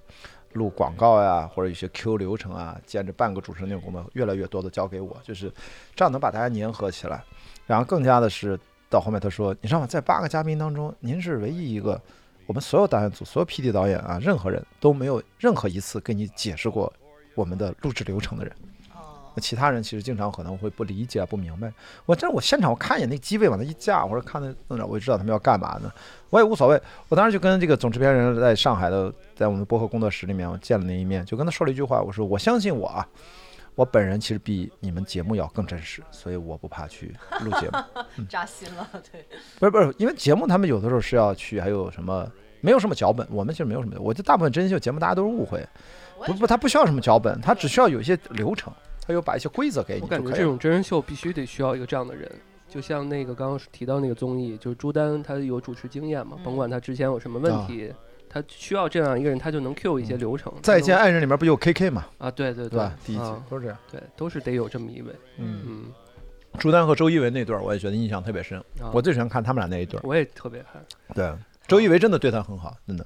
录广告呀，或者有些 Q 流程啊，兼着半个主持人那种工作，越来越多的交给我，就是这样能把大家粘合起来。然后更加的是到后面他说，你知道吗，在八个嘉宾当中，您是唯一一个。我们所有导演组、所有 PD 导演啊，任何人都没有任何一次跟你解释过我们的录制流程的人。哦， [LAUGHS] 那其他人其实经常可能会不理解、不明白。我这我现场我看一眼那机位往那一架，或者看那弄着，我就知道他们要干嘛呢。我也无所谓。我当时就跟这个总制片人在上海的，在我们播客工作室里面，我见了那一面，就跟他说了一句话，我说我相信我啊，我本人其实比你们节目要更真实，所以我不怕去录节目。扎心了，对，不是不是，因为节目他们有的时候是要去，还有什么没有什么脚本，我们其实没有什么，我觉得大部分真人秀节目大家都是误会，我不也不，他不需要什么脚本，他只需要有一些流程，他有把一些规则给我你感就觉可以这了。种真人秀必须得需要一个这样的人，就像那个刚刚提到那个综艺，就是朱丹，她有主持经验嘛，嗯甭管她之前有什么问题，她需要这样一个人，她就能 Q 一些啊嗯流程。再见她能爱人里面不有 KK 嘛，啊，对对对吧？第一季啊都是这样。对，都是得有这么一位。嗯，嗯，朱丹和周一围那段我也觉得印象特别深，啊嗯我最喜欢看他们俩那一段。我也特别看对，周一围真的对他很好，真的。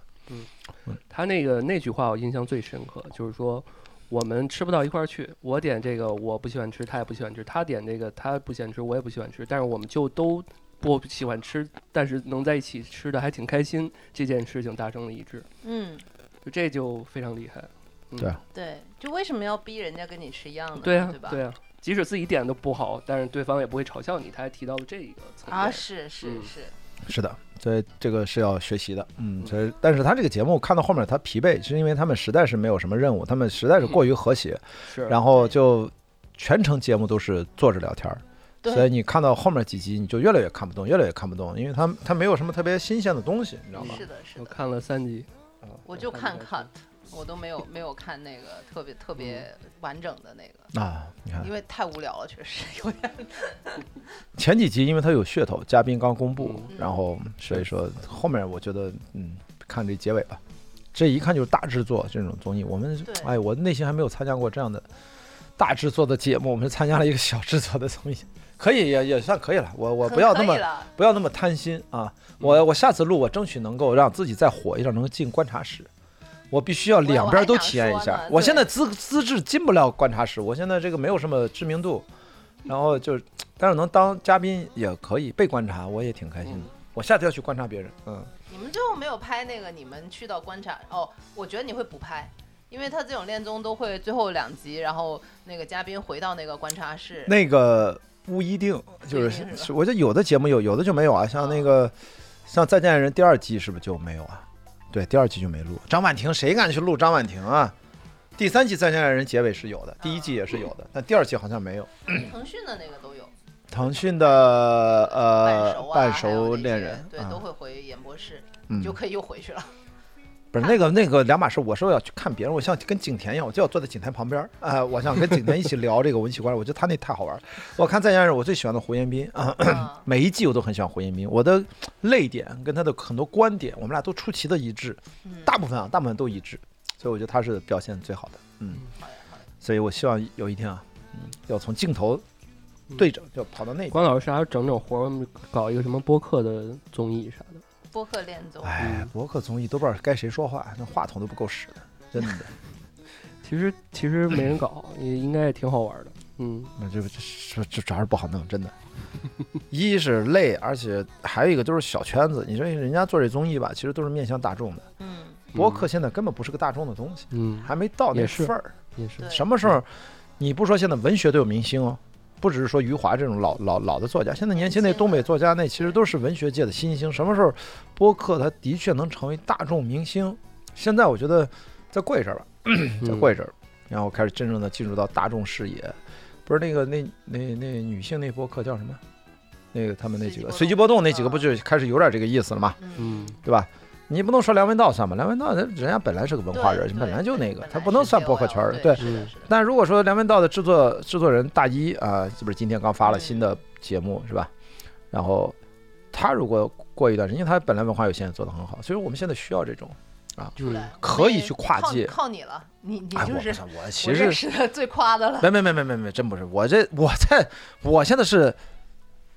他那个那句话，我印象最深刻，就是说。我们吃不到一块儿去，我点这个我不喜欢吃，他也不喜欢吃，他点这个他不喜欢吃，我也不喜欢吃，但是我们就都不喜欢吃，但是能在一起吃的还挺开心，这件事情达成了一致。嗯，就这就非常厉害。嗯、对啊对，就为什么要逼人家跟你吃一样的呢？对啊对吧？，对啊，即使自己点的不好，但是对方也不会嘲笑你。他还提到了这一个层面啊，是是嗯是，是的，所以这个是要学习的，嗯，嗯所以但是他这个节目看到后面他疲惫，是因为他们实在是没有什么任务，他们实在是过于和谐，是，然后就全程节目都是坐着聊天儿，对所以你看到后面几集你就越来越看不懂，越来越看不懂，因为他他没有什么特别新鲜的东西，你知道吗？是的，是我的，看了三集，我就看看这个 cut，我都没有没有看那个特别特别嗯完整的那个，啊，你看因为太无聊了，确实有点。前几集因为它有噱头，嘉宾刚公布，嗯然后所以说后面我觉得嗯，看这结尾吧，这一看就是大制作这种综艺，我们对哎，我内心还没有参加过这样的大制作的节目，我们是参加了一个小制作的综艺，可以也也算可以了，我我很不要那可以么了不要那么贪心啊！我我下次录，我争取能够让自己再火一点，能够进观察室。我必须要两边都体验一我还下想说。呢我现在资资质进不了观察室，我现在这个没有什么知名度，然后就是，但是能当嘉宾也可以被观察，我也挺开心的。嗯我下次要去观察别人，嗯，你们最后没有拍那个，你们去到观察哦，我觉得你会补拍。因为他这种恋综都会最后两集，然后那个嘉宾回到那个观察室，那个不一定，就是不一定是吧哦是我觉得有的节目有，有的就没有啊。像那个像《再见爱人》第二季是不是就没有啊？对，第二季就没录。张婉婷谁敢去录张婉婷啊？第三季《再见爱人》结尾是有的，第一季也是有的，但第二季好像没有。腾讯的那个都有，腾讯的呃熟啊，半半熟恋人，对，啊都会回演播室，嗯你就可以又回去 [CLEARS THROAT] 了。不是那个那个两码事，我是要去看别人，我像跟景甜一样，我就要坐在景甜旁边儿，啊、我想跟景甜一起聊这个文戏观，我觉得他那太好玩儿。我看《再见爱人》，我最喜欢的胡彦斌啊，啊每一季我都很喜欢胡彦斌，我的泪点跟他的很多观点，我们俩都出奇的一致，嗯，大部分啊，大部分都一致，所以我觉得他是表现最好的，嗯，好呀好呀所以我希望有一天啊，嗯，要从镜头嗯对着，就跑到那边。关老师啥时候整整活儿，我们搞一个什么播客的综艺啥的。播客恋综，哎嗯，博客综艺都不知道该谁说话，那话筒都不够使的，真的。 [LAUGHS] 其实 [CLEARS THROAT] 其实没人搞，也应该也挺好玩的。嗯，那这这这这玩意儿不好弄，真的。一是累，而且还有一个就是小圈子。你说人家做这综艺吧，其实都是面向大众的。嗯，播客现在根本不是个大众的东西，嗯还没到那也是份儿。也是对，什么时候？你不说现在文学都有明星哦，不只是说余华这种老老老的作家，现在年轻那年轻的东北作家那其实都是文学界的新星。什么时候播客它的确能成为大众明星？现在我觉得再过一阵儿吧。再嗯过一阵儿，然后开始真正的进入到大众视野。不是那个那那那女性那播客叫什么？那个他们那几个随随机机波波动动那几个不就开始有点这个意思了吗？嗯，对吧？你不能说梁文道算吧，梁文道人人家本来是个文化人，对本来就对那个本，来他不能是算播客 KOL 圈儿的。对，对，是的，是的，但如果说梁文道的制作制作人大一啊，这不是今天刚发嗯了新的节目是吧？然后他如果过一段时间，因为他本来文化有限做得很好，所以我们现在需要这种出来嗯可以所去跨靠界靠你了，你你哎，我就不是是我我其实认识的最夸的了，没没没没没没，真不是我这我在我现在是，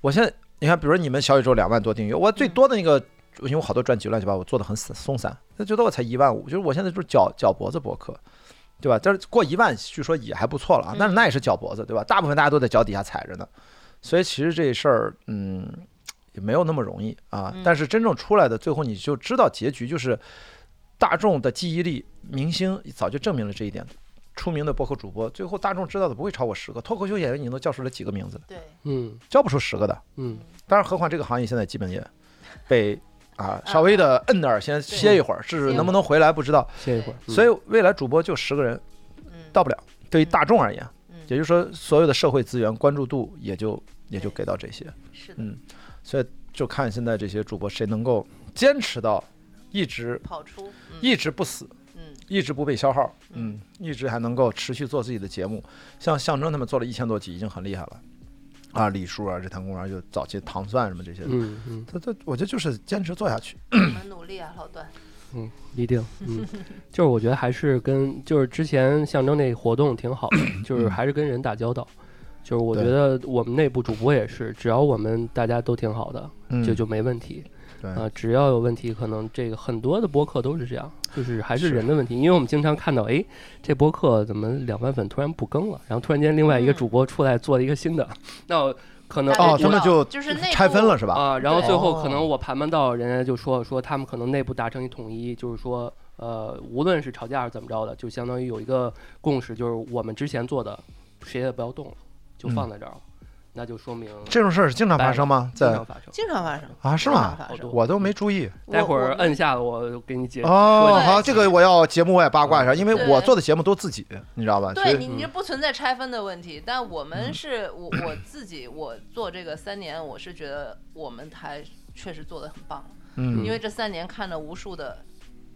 我现在你看，比如说你们小宇宙两万多订阅，我嗯最多的那个，因为我好多专辑乱七八糟，我做的很散松散，他觉得我才一万五，就是我现在就是绞绞脖子博客，对吧？但是过一万，据说也还不错了嗯啊，但是那也是绞脖子，对吧？大部分大家都在脚底下踩着呢，所以其实这事儿，嗯，也没有那么容易啊。但是真正出来的，最后你就知道结局就是。大众的记忆力，明星早就证明了这一点。出名的播客主播，最后大众知道的不会超过十个。脱口秀演员你能叫出来几个名字？对，嗯叫不出十个的。嗯当然，何况这个行业现在基本也被啊稍微的摁那儿，先歇一会儿，试试能不能回来不知道。歇一会儿。嗯所以以未来主播就十个人嗯，到不了，对于大众而言，嗯也就是说所有的社会资源关注度也就也就给到这些。是的，嗯，所以就看现在这些主播谁能够坚持到一直跑出，嗯一直不死，嗯一直不被消耗，嗯，一直还能够持续做自己的节目。像象征他们做了一千多集，已经很厉害了。啊，李叔啊，日坛公园就早期糖蒜什么这些，嗯嗯他他我觉得就是坚持做下去。我们努力啊，老段，嗯，[LAUGHS] 一定。嗯，就是我觉得还是跟就是之前象征那活动挺好的，就是还是跟人打交道。就是我觉对得我们内部主播也是，只要我们大家都挺好的，嗯，就就没问题。对啊、只要有问题，可能这个很多的播客都是这样，就是还是是人的问题，因为我们经常看到，哎，这播客怎么两万粉突然不更了，然后突然间另外一个嗯主播出来做了一个新的，那可能大家哦知他们道就啊就是内拆分部了，是吧？啊、然后对哦最后可能我盘盘到，人家就说说他们可能内部达成一统一，就是说。呃，无论是吵架是怎么着的，就相当于有一个共识，就是我们之前做的，谁也不要动了，就嗯放在这儿了，那就说明这种事儿是经常发生吗？经在常发生。经常发生，啊，是吗？发好生多我都没注意我待会我儿们摁下了，我给你解哦说。好，这个我要节目我也八卦一下，因为对我做的节目都自己，你知道吧？所对以你，你嗯这不存在拆分的问题，但我嗯们是我我自己，我做这个三年，我是觉得我们还确实做得很棒，嗯，因为这三年看了无数的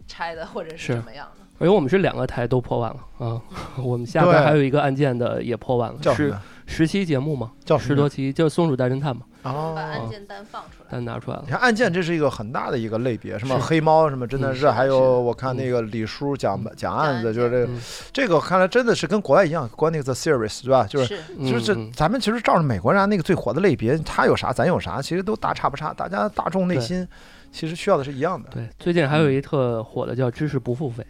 拆的或者是是怎么样的，哎因为我们是两个台都破万了 [LAUGHS] 啊，我们下边对还有一个案件的也破万叫了，什是么？十期节目嘛，叫什十么多期，就是《松鼠大侦探》嘛，哦把案件单放出来，单拿出来了你。看案件，这是一个很大的一个类别，什么是黑猫什么，真的嗯是，还有是我看那个李叔讲讲案子，就是这个嗯，这个看来真的是跟国外一样，国内的 series 对吧？就是是就是这嗯咱们其实照着美国人家那个最火的类别，他有啥咱有啥，其实都大差不差，大家大众内对心其实需要的是一样的。对，最近还有一特火的叫“知识不付费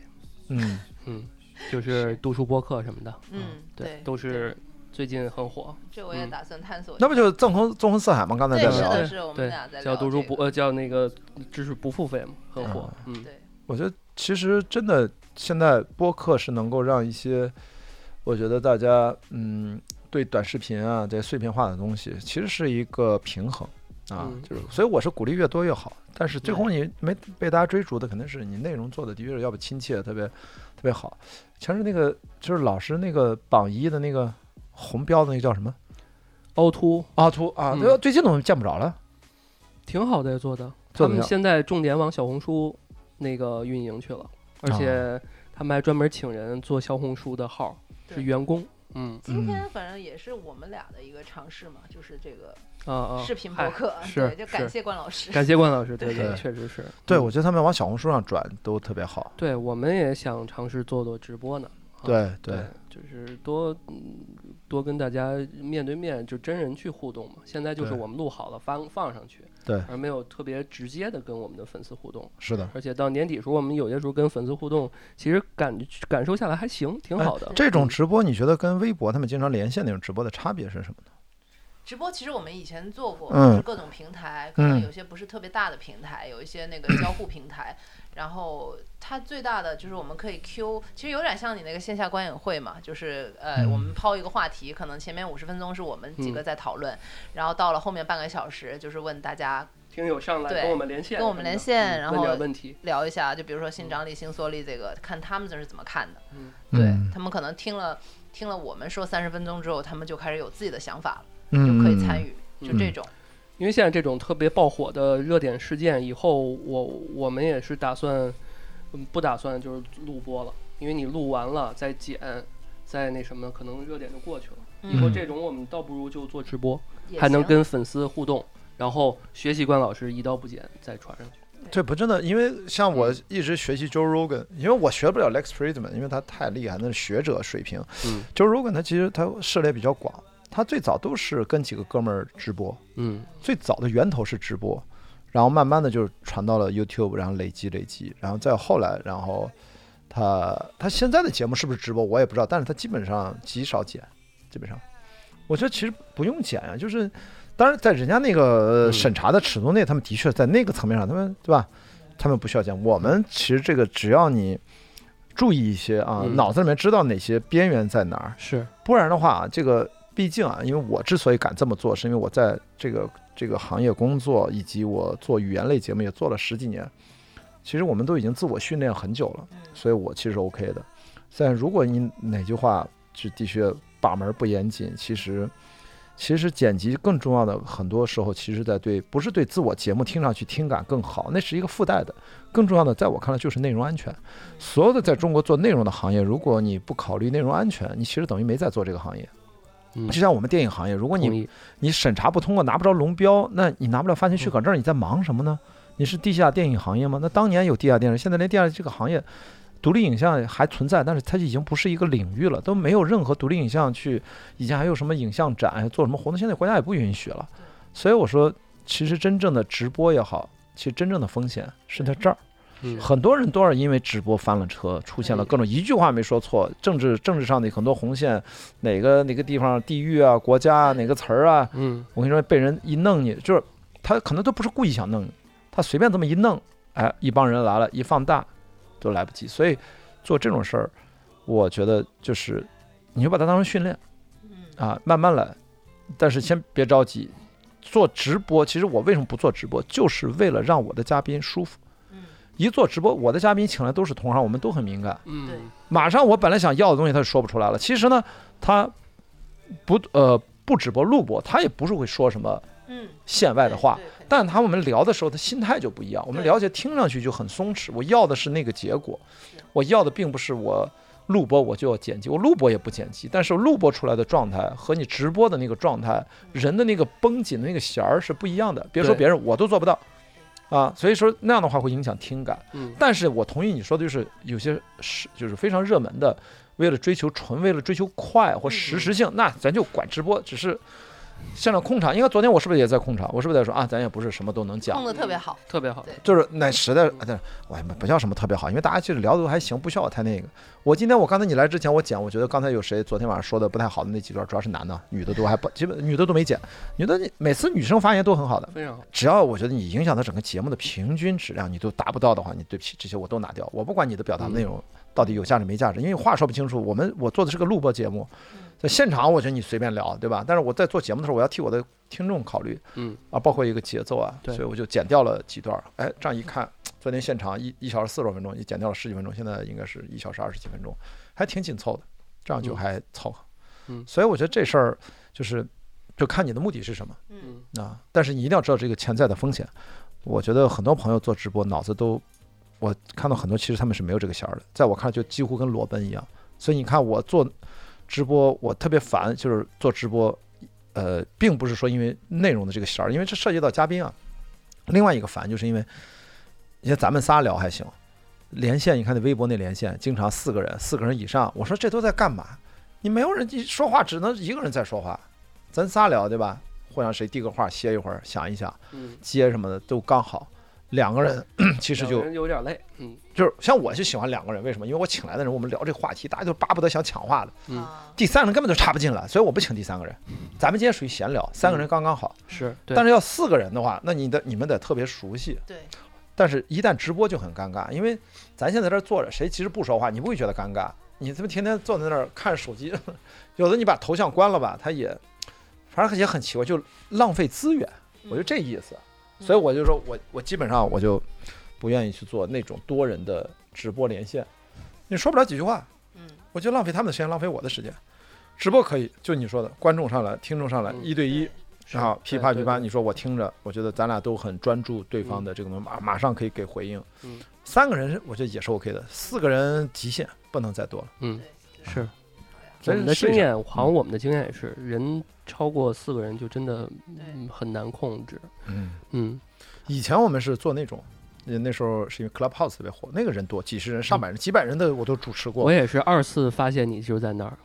嗯，”，嗯，就是读书播客什么的，嗯对对，都是最近很火。这我也嗯打算探索一下。那不就是纵横纵横四海吗？刚才对在是聊的，对，是的我们对俩在叫聊读书这个不呃叫那个知识不付费嘛，很火。嗯，对，我觉得其实真的现在播客是能够让一些，我觉得大家嗯对短视频啊这些碎片化的东西，其实是一个平衡啊，嗯就是所以我是鼓励越多越好。但是最对后你没被大家追逐的，肯定是你内容做的的确是要不亲切，特别特别好。前是那个就是老师那个榜一的那个红标的那个叫什么凹凸凹凸啊？嗯对最近怎么见不着了？挺好的做的，做他得们挺好现在重点往小红书那个运营去了，啊而且他们还专门请人做小红书的号，对是员工。嗯今天反正也是我们俩的一个尝试嘛，就是这个啊啊，视频嗨博客，是对，就感是谢关老师。感谢关老师，对对确实是。对，嗯我觉得他们往小红书上转都特别好。对我们也想尝试做做直播呢。啊对对对，就是多嗯多跟大家面对面，就真人去互动嘛。现在就是对我们录好了发放上去，对而没有特别直接的跟我们的粉丝互动。是的。而且到年底时候，我们有些时候跟粉丝互动，其实感感受下来还行，挺哎好的。这嗯种直播，你觉得跟微博他们经常连线那种直播的差别是什么呢？直播其实我们以前做过，嗯就是各种平台，可能嗯有些不是特别大的平台，有一些那个交互平台。然后它最大的就是我们可以 Q，其实有点像你那个线下观影会嘛，就是呃，嗯我们抛一个话题，可能前面五十分钟是我们几嗯个在讨论，然后到了后面半个小时就是问大家听友上来对跟我们连线什么的，跟我们连线嗯然问后点问题，聊一下，就比如说新张力、新缩力这个，看他们这是怎么看的。嗯对、嗯他们可能听了听了我们说三十分钟之后，他们就开始有自己的想法了，嗯就可以参。与，就这种。因为现在这种特别爆火的热点事件，以后我我们也是打算，嗯，不打算就是录播了，因为你录完了再剪，再那什么，可能热点就过去了。以后嗯这种我们倒不如就做直播，也还能行跟粉丝互动，然后学习关老师一刀不剪再传上去。对，不真的，因为像嗯我一直学习 Joe Rogan，因为我学不了 Lex Friedman，因为他太厉害，那是学者水平。嗯 Joe Rogan 他其实他涉猎比较广，他最早都是跟几个哥们儿直播，嗯最早的源头是直播，然后慢慢的就是传到了 YouTube，然后累积累积，然后再后来，然后他他现在的节目是不是直播我也不知道，但是他基本上极少剪，基本上，我觉得其实不用剪啊，就是当然在人家那个呃嗯审查的尺度内，他们的确在那个层面上，他们对吧？他们不需要剪，我们其实这个只要你注意一些啊，嗯脑子里面知道哪些边缘在哪儿，是不然的话，这个毕竟啊，因为我之所以敢这么做，是因为我在这个这个行业工作，以及我做语言类节目也做了十几年，其实我们都已经自我训练很久了，所以我其实 OK 的。但如果你哪句话是的确把门不严谨，其实其实剪辑更重要的，很多时候其实在对不是对自我节目听上去听感更好，那是一个附带的。更重要的，在我看来就是内容安全。所有的在中国做内容的行业，如果你不考虑内容安全，你其实等于没在做这个行业。嗯就像我们电影行业，如果同你意，你审查不通过，拿不着龙标，那你拿不了发行许可证，你在忙什么呢？你是地下电影行业吗？那当年有地下电影，现在连地下这个行业，独立影像还存在，但是它已经不是一个领域了，都没有任何独立影像去，以前还有什么影像展做什么活动，现在国家也不允许了。所以我说，其实真正的直播也好，其实真正的风险是在这儿。嗯很多人都是因为直播翻了车，出现了各种一句话没说错，政治政治上的很多红线，哪个哪个地方地域啊、国家啊、哪个词儿啊，嗯我跟你说被人一弄你，就是他可能都不是故意想弄你，他随便这么一弄，哎，一帮人来了，一放大都来不及。所以做这种事儿，我觉得就是你就把它当成训练嗯啊，慢慢来，但是先别着急。做直播，其实我为什么不做直播，就是为了让我的嘉宾舒服。嗯一做直播，我的嘉宾请来都是同行，我们都很敏感。对嗯，马上我本来想要的东西，他就说不出来了。其实呢，他不呃不直播录播，他也不是会说什么嗯，线外的话，对，对但他我们聊的时候，他心态就不一样。我们对了解听上去就很松弛，我要的是那个结果，我要的并不是我录播我就要剪辑，我录播也不剪辑，但是录播出来的状态和你直播的那个状态，人的那个绷紧的那个弦儿是不一样的。别说对别人，我都做不到啊，所以说那样的话会影响听感。嗯但是我同意你说的，就是有些是就是非常热门的，为了追求纯，为了追求快或实时性，那咱就管直播，只是现场控场。应该昨天我是不是也在控场？我是不是在说啊，咱也不是什么都能讲控，的特别好，特别好，就是那实在，但是我也不叫什么特别好，因为大家其实聊的都还行，不需要我太那个。我今天我刚才你来之前我剪，我觉得刚才有谁昨天晚上说的不太好的那几段，主要是男的，女的都还不基本女的都没剪，女的每次女生发言都很好的，非常好，只要我觉得你影响到整个节目的平均质量，你都达不到的话，你对不起，这些我都拿掉。我不管你的表达内容嗯到底有价值没价值，因为话说不清楚。我们我做的是个录播节目，在现场我觉得你随便聊，对吧？但是我在做节目的时候，我要替我的听众考虑，嗯啊，包括一个节奏啊，对所以我就剪掉了几段儿。哎，这样一看，昨天现场一一小时四十多分钟，也剪掉了十几分钟，现在应该是一小时二十几分钟，还挺紧凑的，这样就嗯还凑合。嗯所以我觉得这事儿就是就看你的目的是什么。嗯啊，但是你一定要知道这个潜在的风险。我觉得很多朋友做直播，脑子都，我看到很多其实他们是没有这个弦儿的，在我看来就几乎跟裸奔一样。所以你看我做直播，我特别烦，就是做直播，呃，并不是说因为内容的这个弦儿，因为这涉及到嘉宾啊。另外一个烦就是因为，你像咱们仨聊还行，连线你看那微博那连线，经常四个人，四个人以上，我说这都在干嘛？你没有人你说话，只能一个人在说话，咱仨聊对吧？互相谁递个话，歇一会儿，想一想，嗯，接什么的都刚好。两个人 [CLEARS THROAT] 其其实就有点累，嗯就是像我就喜欢两个人，为什么？因为我请来的人，我们聊这话题，大家就巴不得想抢话的。嗯啊第三个人根本就插不进来，所以我不请第三个人。咱们今天属于闲聊，三个人刚刚好。是，对但是要四个人的话，那你的你们得特别熟悉。对，但是，一旦直播就很尴尬，因为咱现在在这儿坐着，谁其实不说话，你不会觉得尴尬。你他妈天天坐在那儿看手机， [LAUGHS] 有的你把头像关了吧，他也，反正也很奇怪，就浪费资源。我嗯就这意思，嗯所以我就说我我基本上我就不愿意去做那种多人的直播连线，你说不了几句话，嗯，我就浪费他们的时间，浪费我的时间。直播可以，就你说的，观众上来，听众上来，嗯一对一，是然后噼啪噼对对啪，对你说我听着，我觉得咱俩都很专注对方的这个东西，马马上可以给回应嗯。三个人我觉得也是 OK 的，四个人极限不能再多了。嗯是。嗯我真们的是经验，好像我们的经验也是，人超过四个人就真的嗯很难控制。嗯，嗯，以前我们是做那种，呃那时候是因为 Clubhouse 特别火，那个人多，几十人、上百人、几百人的我都主持过嗯哦我。也是二次发现你就在那儿，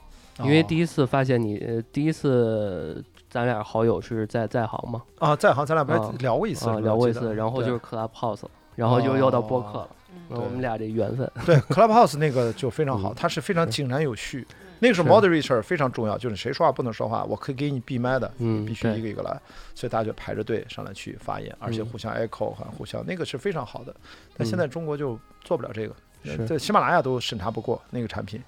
因为第一一次发现你，呃第一次咱俩好友是在在行嘛，啊，在行咱俩不啊是聊过一次是吧，啊，聊过一记得次，然后对哦就是 Clubhouse，了然后就又到播客了，嗯然后我们俩这缘分，对 [LAUGHS] Clubhouse 那个就非常好，嗯它是非常井然有序。嗯那个时候是 moderator 非常重要，就是谁说话不能说话，我可以给你闭麦的，嗯必须对嗯一个一个来，所以大家就排着队上来去发言，而且互相 echo 还互相那个是非常好的。但现在中国就做不了这个，呃是在喜马拉雅都审查不过那个产品，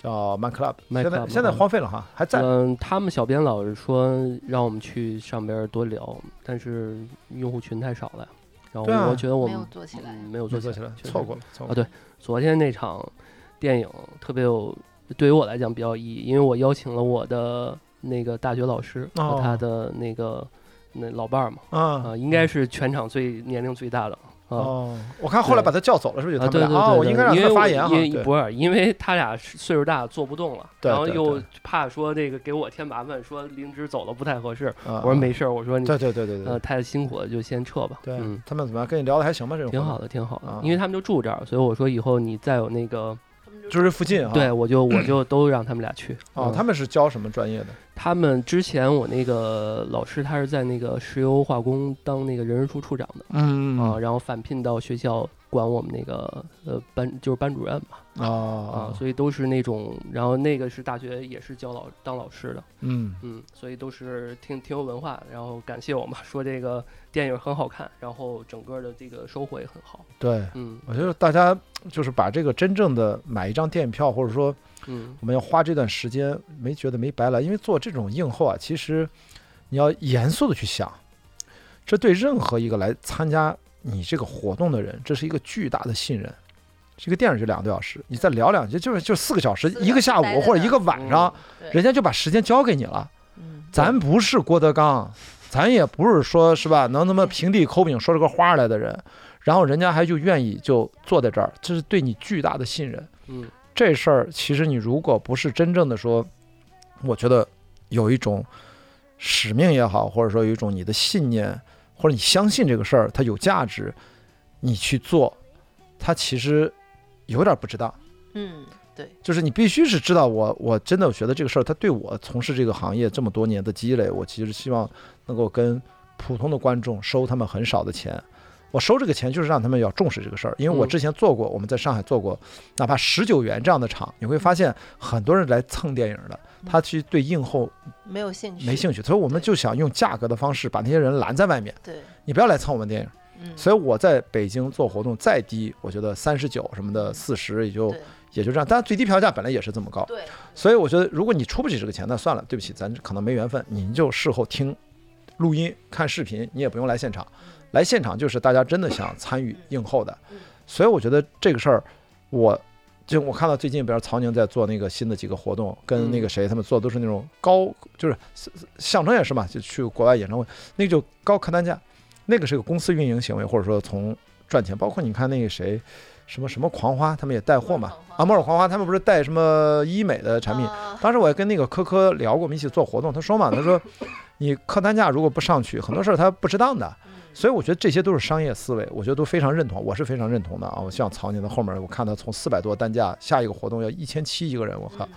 叫 Man Club， Man 现在 Club，现在嗯荒废了哈，还在。嗯，他们小编老是说让我们去上边儿多聊，但是用户群太少了，然后对啊我觉得我没们有做起来嗯没有做做起起来来，错过。了，错过啊对了。昨天那场电影特别有，对于我来讲比较有意义，因为我邀请了我的那个大学老师哦和他的那个那老伴儿嘛，啊啊，应该是全场最年龄最大的啊。哦，我看后来把他叫走了，是不是？就啊，他们对对俩啊，对，我应该让因他为发我言哈。因为对，不是，因为他俩是岁数大，做不动了，对然后对又对怕说这个给我添麻烦，说林芝走了不太合适，我我说没。事儿，我说你啊对对对对对呃太辛苦了，就先撤吧。对嗯，，他们怎么样？跟你聊的还行吧？这种挺活好动，的，挺好啊的，因为他们就住这儿，所以我说以后你再有那个，就是附近哈。对我就 [CLEARS THROAT] 我就都让他们俩去。啊哦嗯，他们是教什么专业的？他们之前我那个老师他是在那个石油化工当那个人事处处长的嗯啊，然后返聘到学校管我们那个呃班就是班主任嘛啊，哦，所以都是那种，然后那个是大学也是教老当老师的，嗯，嗯，所以都是挺挺有文化的，然后感谢我嘛，说这个电影很好看，然后整个的这个收获也很好，对，嗯我觉得大家就是把这个真正的买一张电影票，或者说嗯，我们要花这段时间，没觉得没白来，因为做这种映后啊，其实你要严肃的去想，这对任何一个来参加你这个活动的人，这是一个巨大的信任。这个电影就两个多小时，你再聊两句，就是就四个小时，四个一个小下时待午着或者一呢个晚上，嗯对人家就把时间交给你了。嗯，咱不是郭德纲，咱也不是说是吧，能他妈平地抠饼说出个花来的人，然后人家还就愿意就坐在这儿，这是对你巨大的信任。嗯这事儿其实你如果不是真正的说，我觉得有一种使命也好，或者说有一种你的信念，或者你相信这个事儿它有价值，你去做，它其实有点不值当。嗯，就是你必须是知道我，我真的觉得这个事儿，它对我从事这个行业这么多年的积累，我其实希望能够跟普通的观众收他们很少的钱。我收这个钱就是让他们要重视这个事儿，因为我嗯之前做过，我们在上海做过，哪怕十九元这样的场，你会发现很多人来蹭电影的，嗯他去对映后没有兴趣，没兴趣，所以我们就想用价格的方式把那些人拦在外面，对，你不要来蹭我们电影。嗯，所以我在北京做活动再低，我觉得三十九什么的，四十也就对也就这样，当然最低票价本来也是这么高，对，所以我觉得，如果你出不起这个钱，那算了，对不起，咱可能没缘分，您就事后听录音、看视频，你也不用来现场。来现场就是大家真的想参与映后的嗯，所以我觉得这个事儿，我就我看到最近，比如曹宁在做那个新的几个活动，跟那个谁他们做都是那种高，就是象征也是嘛，就去国外演唱会，那个就高客单价，那个是个公司运营行为，或者说从赚钱，包括你看那个谁。什么什么狂花，他们也带货嘛摩尔狂？花啊，摩尔狂花，他们不是带什么医美的产品？啊当时我也跟那个科科聊过，我们一起做活动，他说嘛，他说 [LAUGHS] 你客单价如果不上去，很多事儿它不值当的。嗯所以我觉得这些都是商业思维，我觉得都非常认同，我是非常认同的啊。我像曹宁的后面，我看他从四百多单价，下一个活动要一千七一个人，我嗯靠！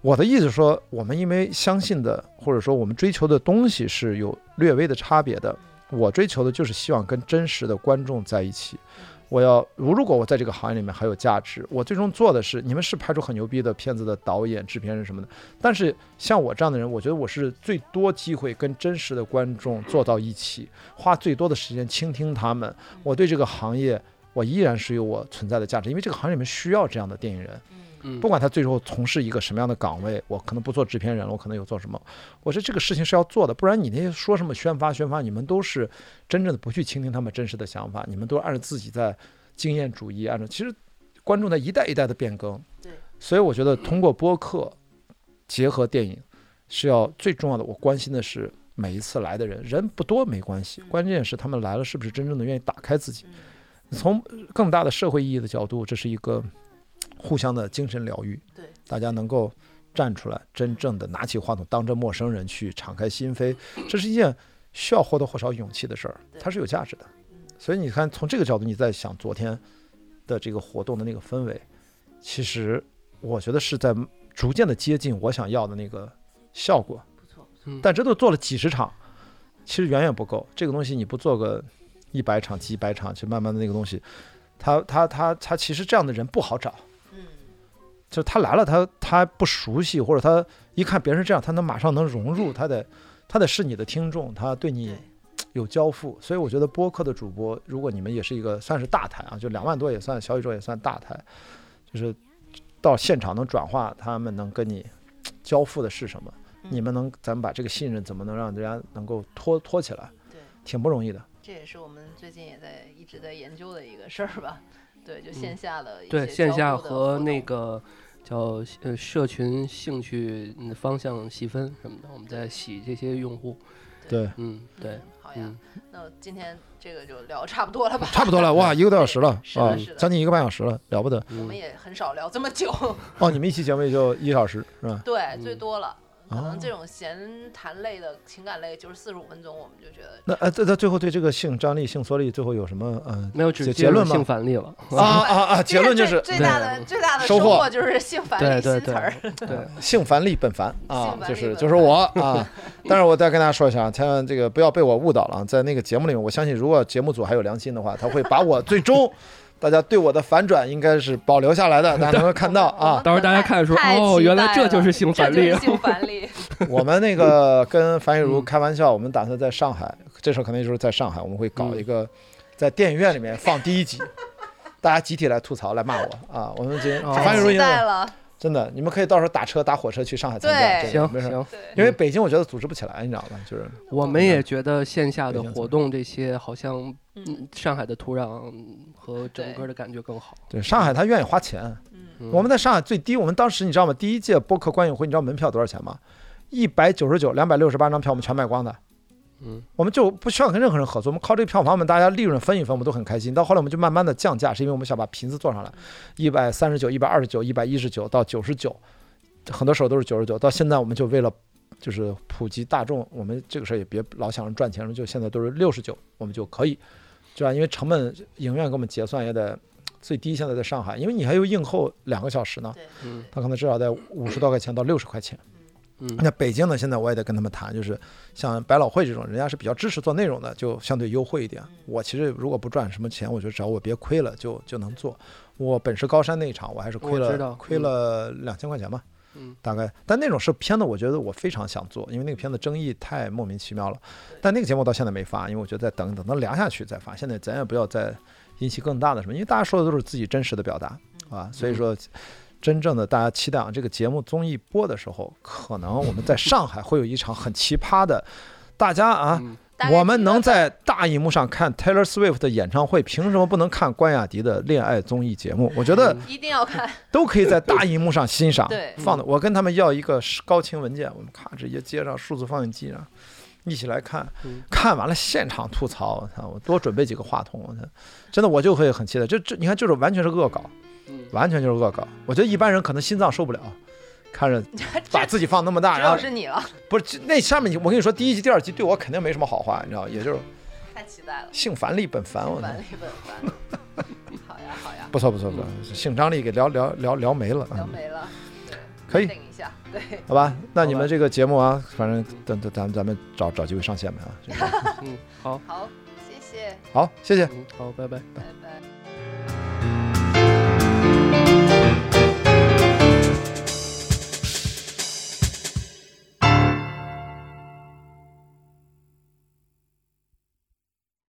我的意思是说，我们因为相信的或者说我们追求的东西是有略微的差别的。我追求的就是希望跟真实的观众在一起。嗯我要，如如果我在这个行业里面还有价值，我最终做的是，你们是拍出很牛逼的片子的导演、制片人什么的，但是像我这样的人，我觉得我是最多机会跟真实的观众坐到一起，花最多的时间倾听他们。嗯我对这个行业，我依然是有我存在的价值，因为这个行业里面需要这样的电影人。嗯，不管他最后从事一个什么样的岗位，我可能不做制片人了，我可能有做什么，我说这个事情是要做的，不然你那些说什么宣发宣发，你们都是真正的不去倾听他们真实的想法，你们都按照自己在经验主义，按照其实观众在一代一代的变更，对，所以我觉得通过播客结合电影是要最重要的，我关心的是。每一次来的人，人不多没关系，关键是他们来了是不是真正的愿意打开自己。从更大的社会意义的角度，这是一个互相的精神疗愈。对，大家能够站出来，真正的拿起话筒，当着陌生人去敞开心扉，这是一件需要或多或少勇气的事儿，它是有价值的。所以你看，从这个角度，你在想昨天的这个活动的那个氛围，其实我觉得是在逐渐的接近我想要的那个效果。嗯但这都做了几十场，其实远远不够。这个东西你不做个一百场、几百场，就慢慢的那个东西，他他他他其实这样的人不好找。嗯嗯就他来了他，他不熟悉，或者他一看别人是这样，他能马上能融入，他得他得是你的听众，他对你对有交付，所以我觉得播客的主播，如果你们也是一个算是大台啊，就两万多也算小宇宙也算大台，就是到现场能转化，他们能跟你交付的是什么？嗯你们能咱们把这个信任怎么能让人家能够托托起来？对，挺不容易的。这也是我们最近也在一直在研究的一个事儿吧。对，就线下的一嗯对些线交下互的和活那动个叫呃社群兴趣嗯方向细分什么的，我们在洗这些用户。对，嗯，对嗯，好呀嗯，，那今天这个就聊差不多了吧？差不多了，哇，一个多小时了是的啊是的，将近一个半小时了，了不得我们嗯也很少聊这么久， [LAUGHS] 哦！你们一期节目也就一个小时是吧？对，嗯最多了。可能哦这种闲谈类的、情感类，就是四十五分钟，我们就觉得那呃，在在最后对这个性张力、性缩力最后有什么呃没有只结接结入论吗性反例了。 [LAUGHS] 哦啊啊啊！结论就是最最大的对最大的收收获获就是性反对例对新对词儿。 [LAUGHS] 对，性烦力本烦啊性，烦就力是本就是我啊。但是我再跟大家说一下啊，千万这个不要被我误导了啊。在那个节目里面，我相信如果节目组还有良心的话，他会把我最终 [LAUGHS] 大家对我的反转应该是保留下来的，大家能够看 [LAUGHS] 到啊。到时候大家看说太哦，期原来待这就了是性这反就例是。性反 [LAUGHS] 例，我们那个跟樊玉茹嗯开玩笑，我们打算在上海，这事儿可能就是在上海，我们会搞一个在电影院里面放第一集， [LAUGHS] 大家集体来吐槽来骂我啊。我们今天哦樊玉太茹期应该待了。真的，你们可以到时候打车打火车去上海参加，真对的行没事。行，对，因为北京我觉得组织不起来，你知道吗？就是我们也觉得线下的非常活动这些好像嗯嗯上海的土壤和整对个的感觉更好。对上海他愿意花钱，嗯，嗯我们在上海最低，我们当时你知道吗？第一届播客观影会，你知道门票多少钱吗？一百九十九，两百六十八张票，我们全卖光的。嗯，我们就不需要跟任何人合作，我们靠这个票房，我们大家利润分一分，我们都很开心。到后来我们就慢慢的降价，是因为我们想把瓶子做上来，一百三十九、一百二十九、一百一十九到九十九，很多时候都是九十九。到现在我们就为了就是普及大众，我们这个事儿也别老想着赚钱，就现在都是六十九，我们就可以，对吧？因为成本影院给我们结算也得最低，现在在上海，因为你还有映后两个小时呢，对，嗯他可能至少在五十多块钱到六十块钱。嗯那北京呢，现在我也得跟他们谈，就是像百老汇这种，人家是比较支持做内容的，就相对优惠一点。我其实如果不赚什么钱，我觉得只要我别亏了，就就能做。我本是高山那一场，我还是亏我知道了嗯亏了两千块钱吧，嗯，大概。但那种是片子，我觉得我非常想做，因为那个片子争议太莫名其妙了。但那个节目到现在没发，因为我觉得再等一等，等凉下去再发。现在咱也不要再引起更大的什么，因为大家说的都是自己真实的表达啊，所以说。真正的大家期待啊，这个节目综艺播的时候，可能我们在上海会有一场很奇葩的，大家啊，嗯大概我们几个能在大荧幕上看 Taylor Swift 的演唱会，凭什么不能看关雅迪的恋爱综艺节目？我觉得一定要看，都可以在大荧幕上欣赏。嗯 [LAUGHS] 对放的我跟他们要一个高清文件，我们咔直接接上数字放映机上，一起来看嗯。看完了现场吐槽，我操！我多准备几个话筒，我操！真的我就会很期待。这这你看，就是完全是恶搞，嗯完全就是恶搞。我觉得一般人可能心脏受不了，看着把自己放那么大，只然后有是你了，不是那上面，我跟你说，第一集、第二集对我肯定没什么好话，你知道，也就是太期待了。性烦力本烦， [LAUGHS] 我操反例本烦，好呀好呀，不错不错不错，性张力给聊聊聊聊没了，嗯聊嗯，没了，对，可以等一下，对，好吧？那你好们吧这个节目啊，反正等等咱们咱们找找机会上线呗啊。这个 [LAUGHS] 嗯，好，好，谢谢，好，谢谢。嗯，好，拜拜。拜拜。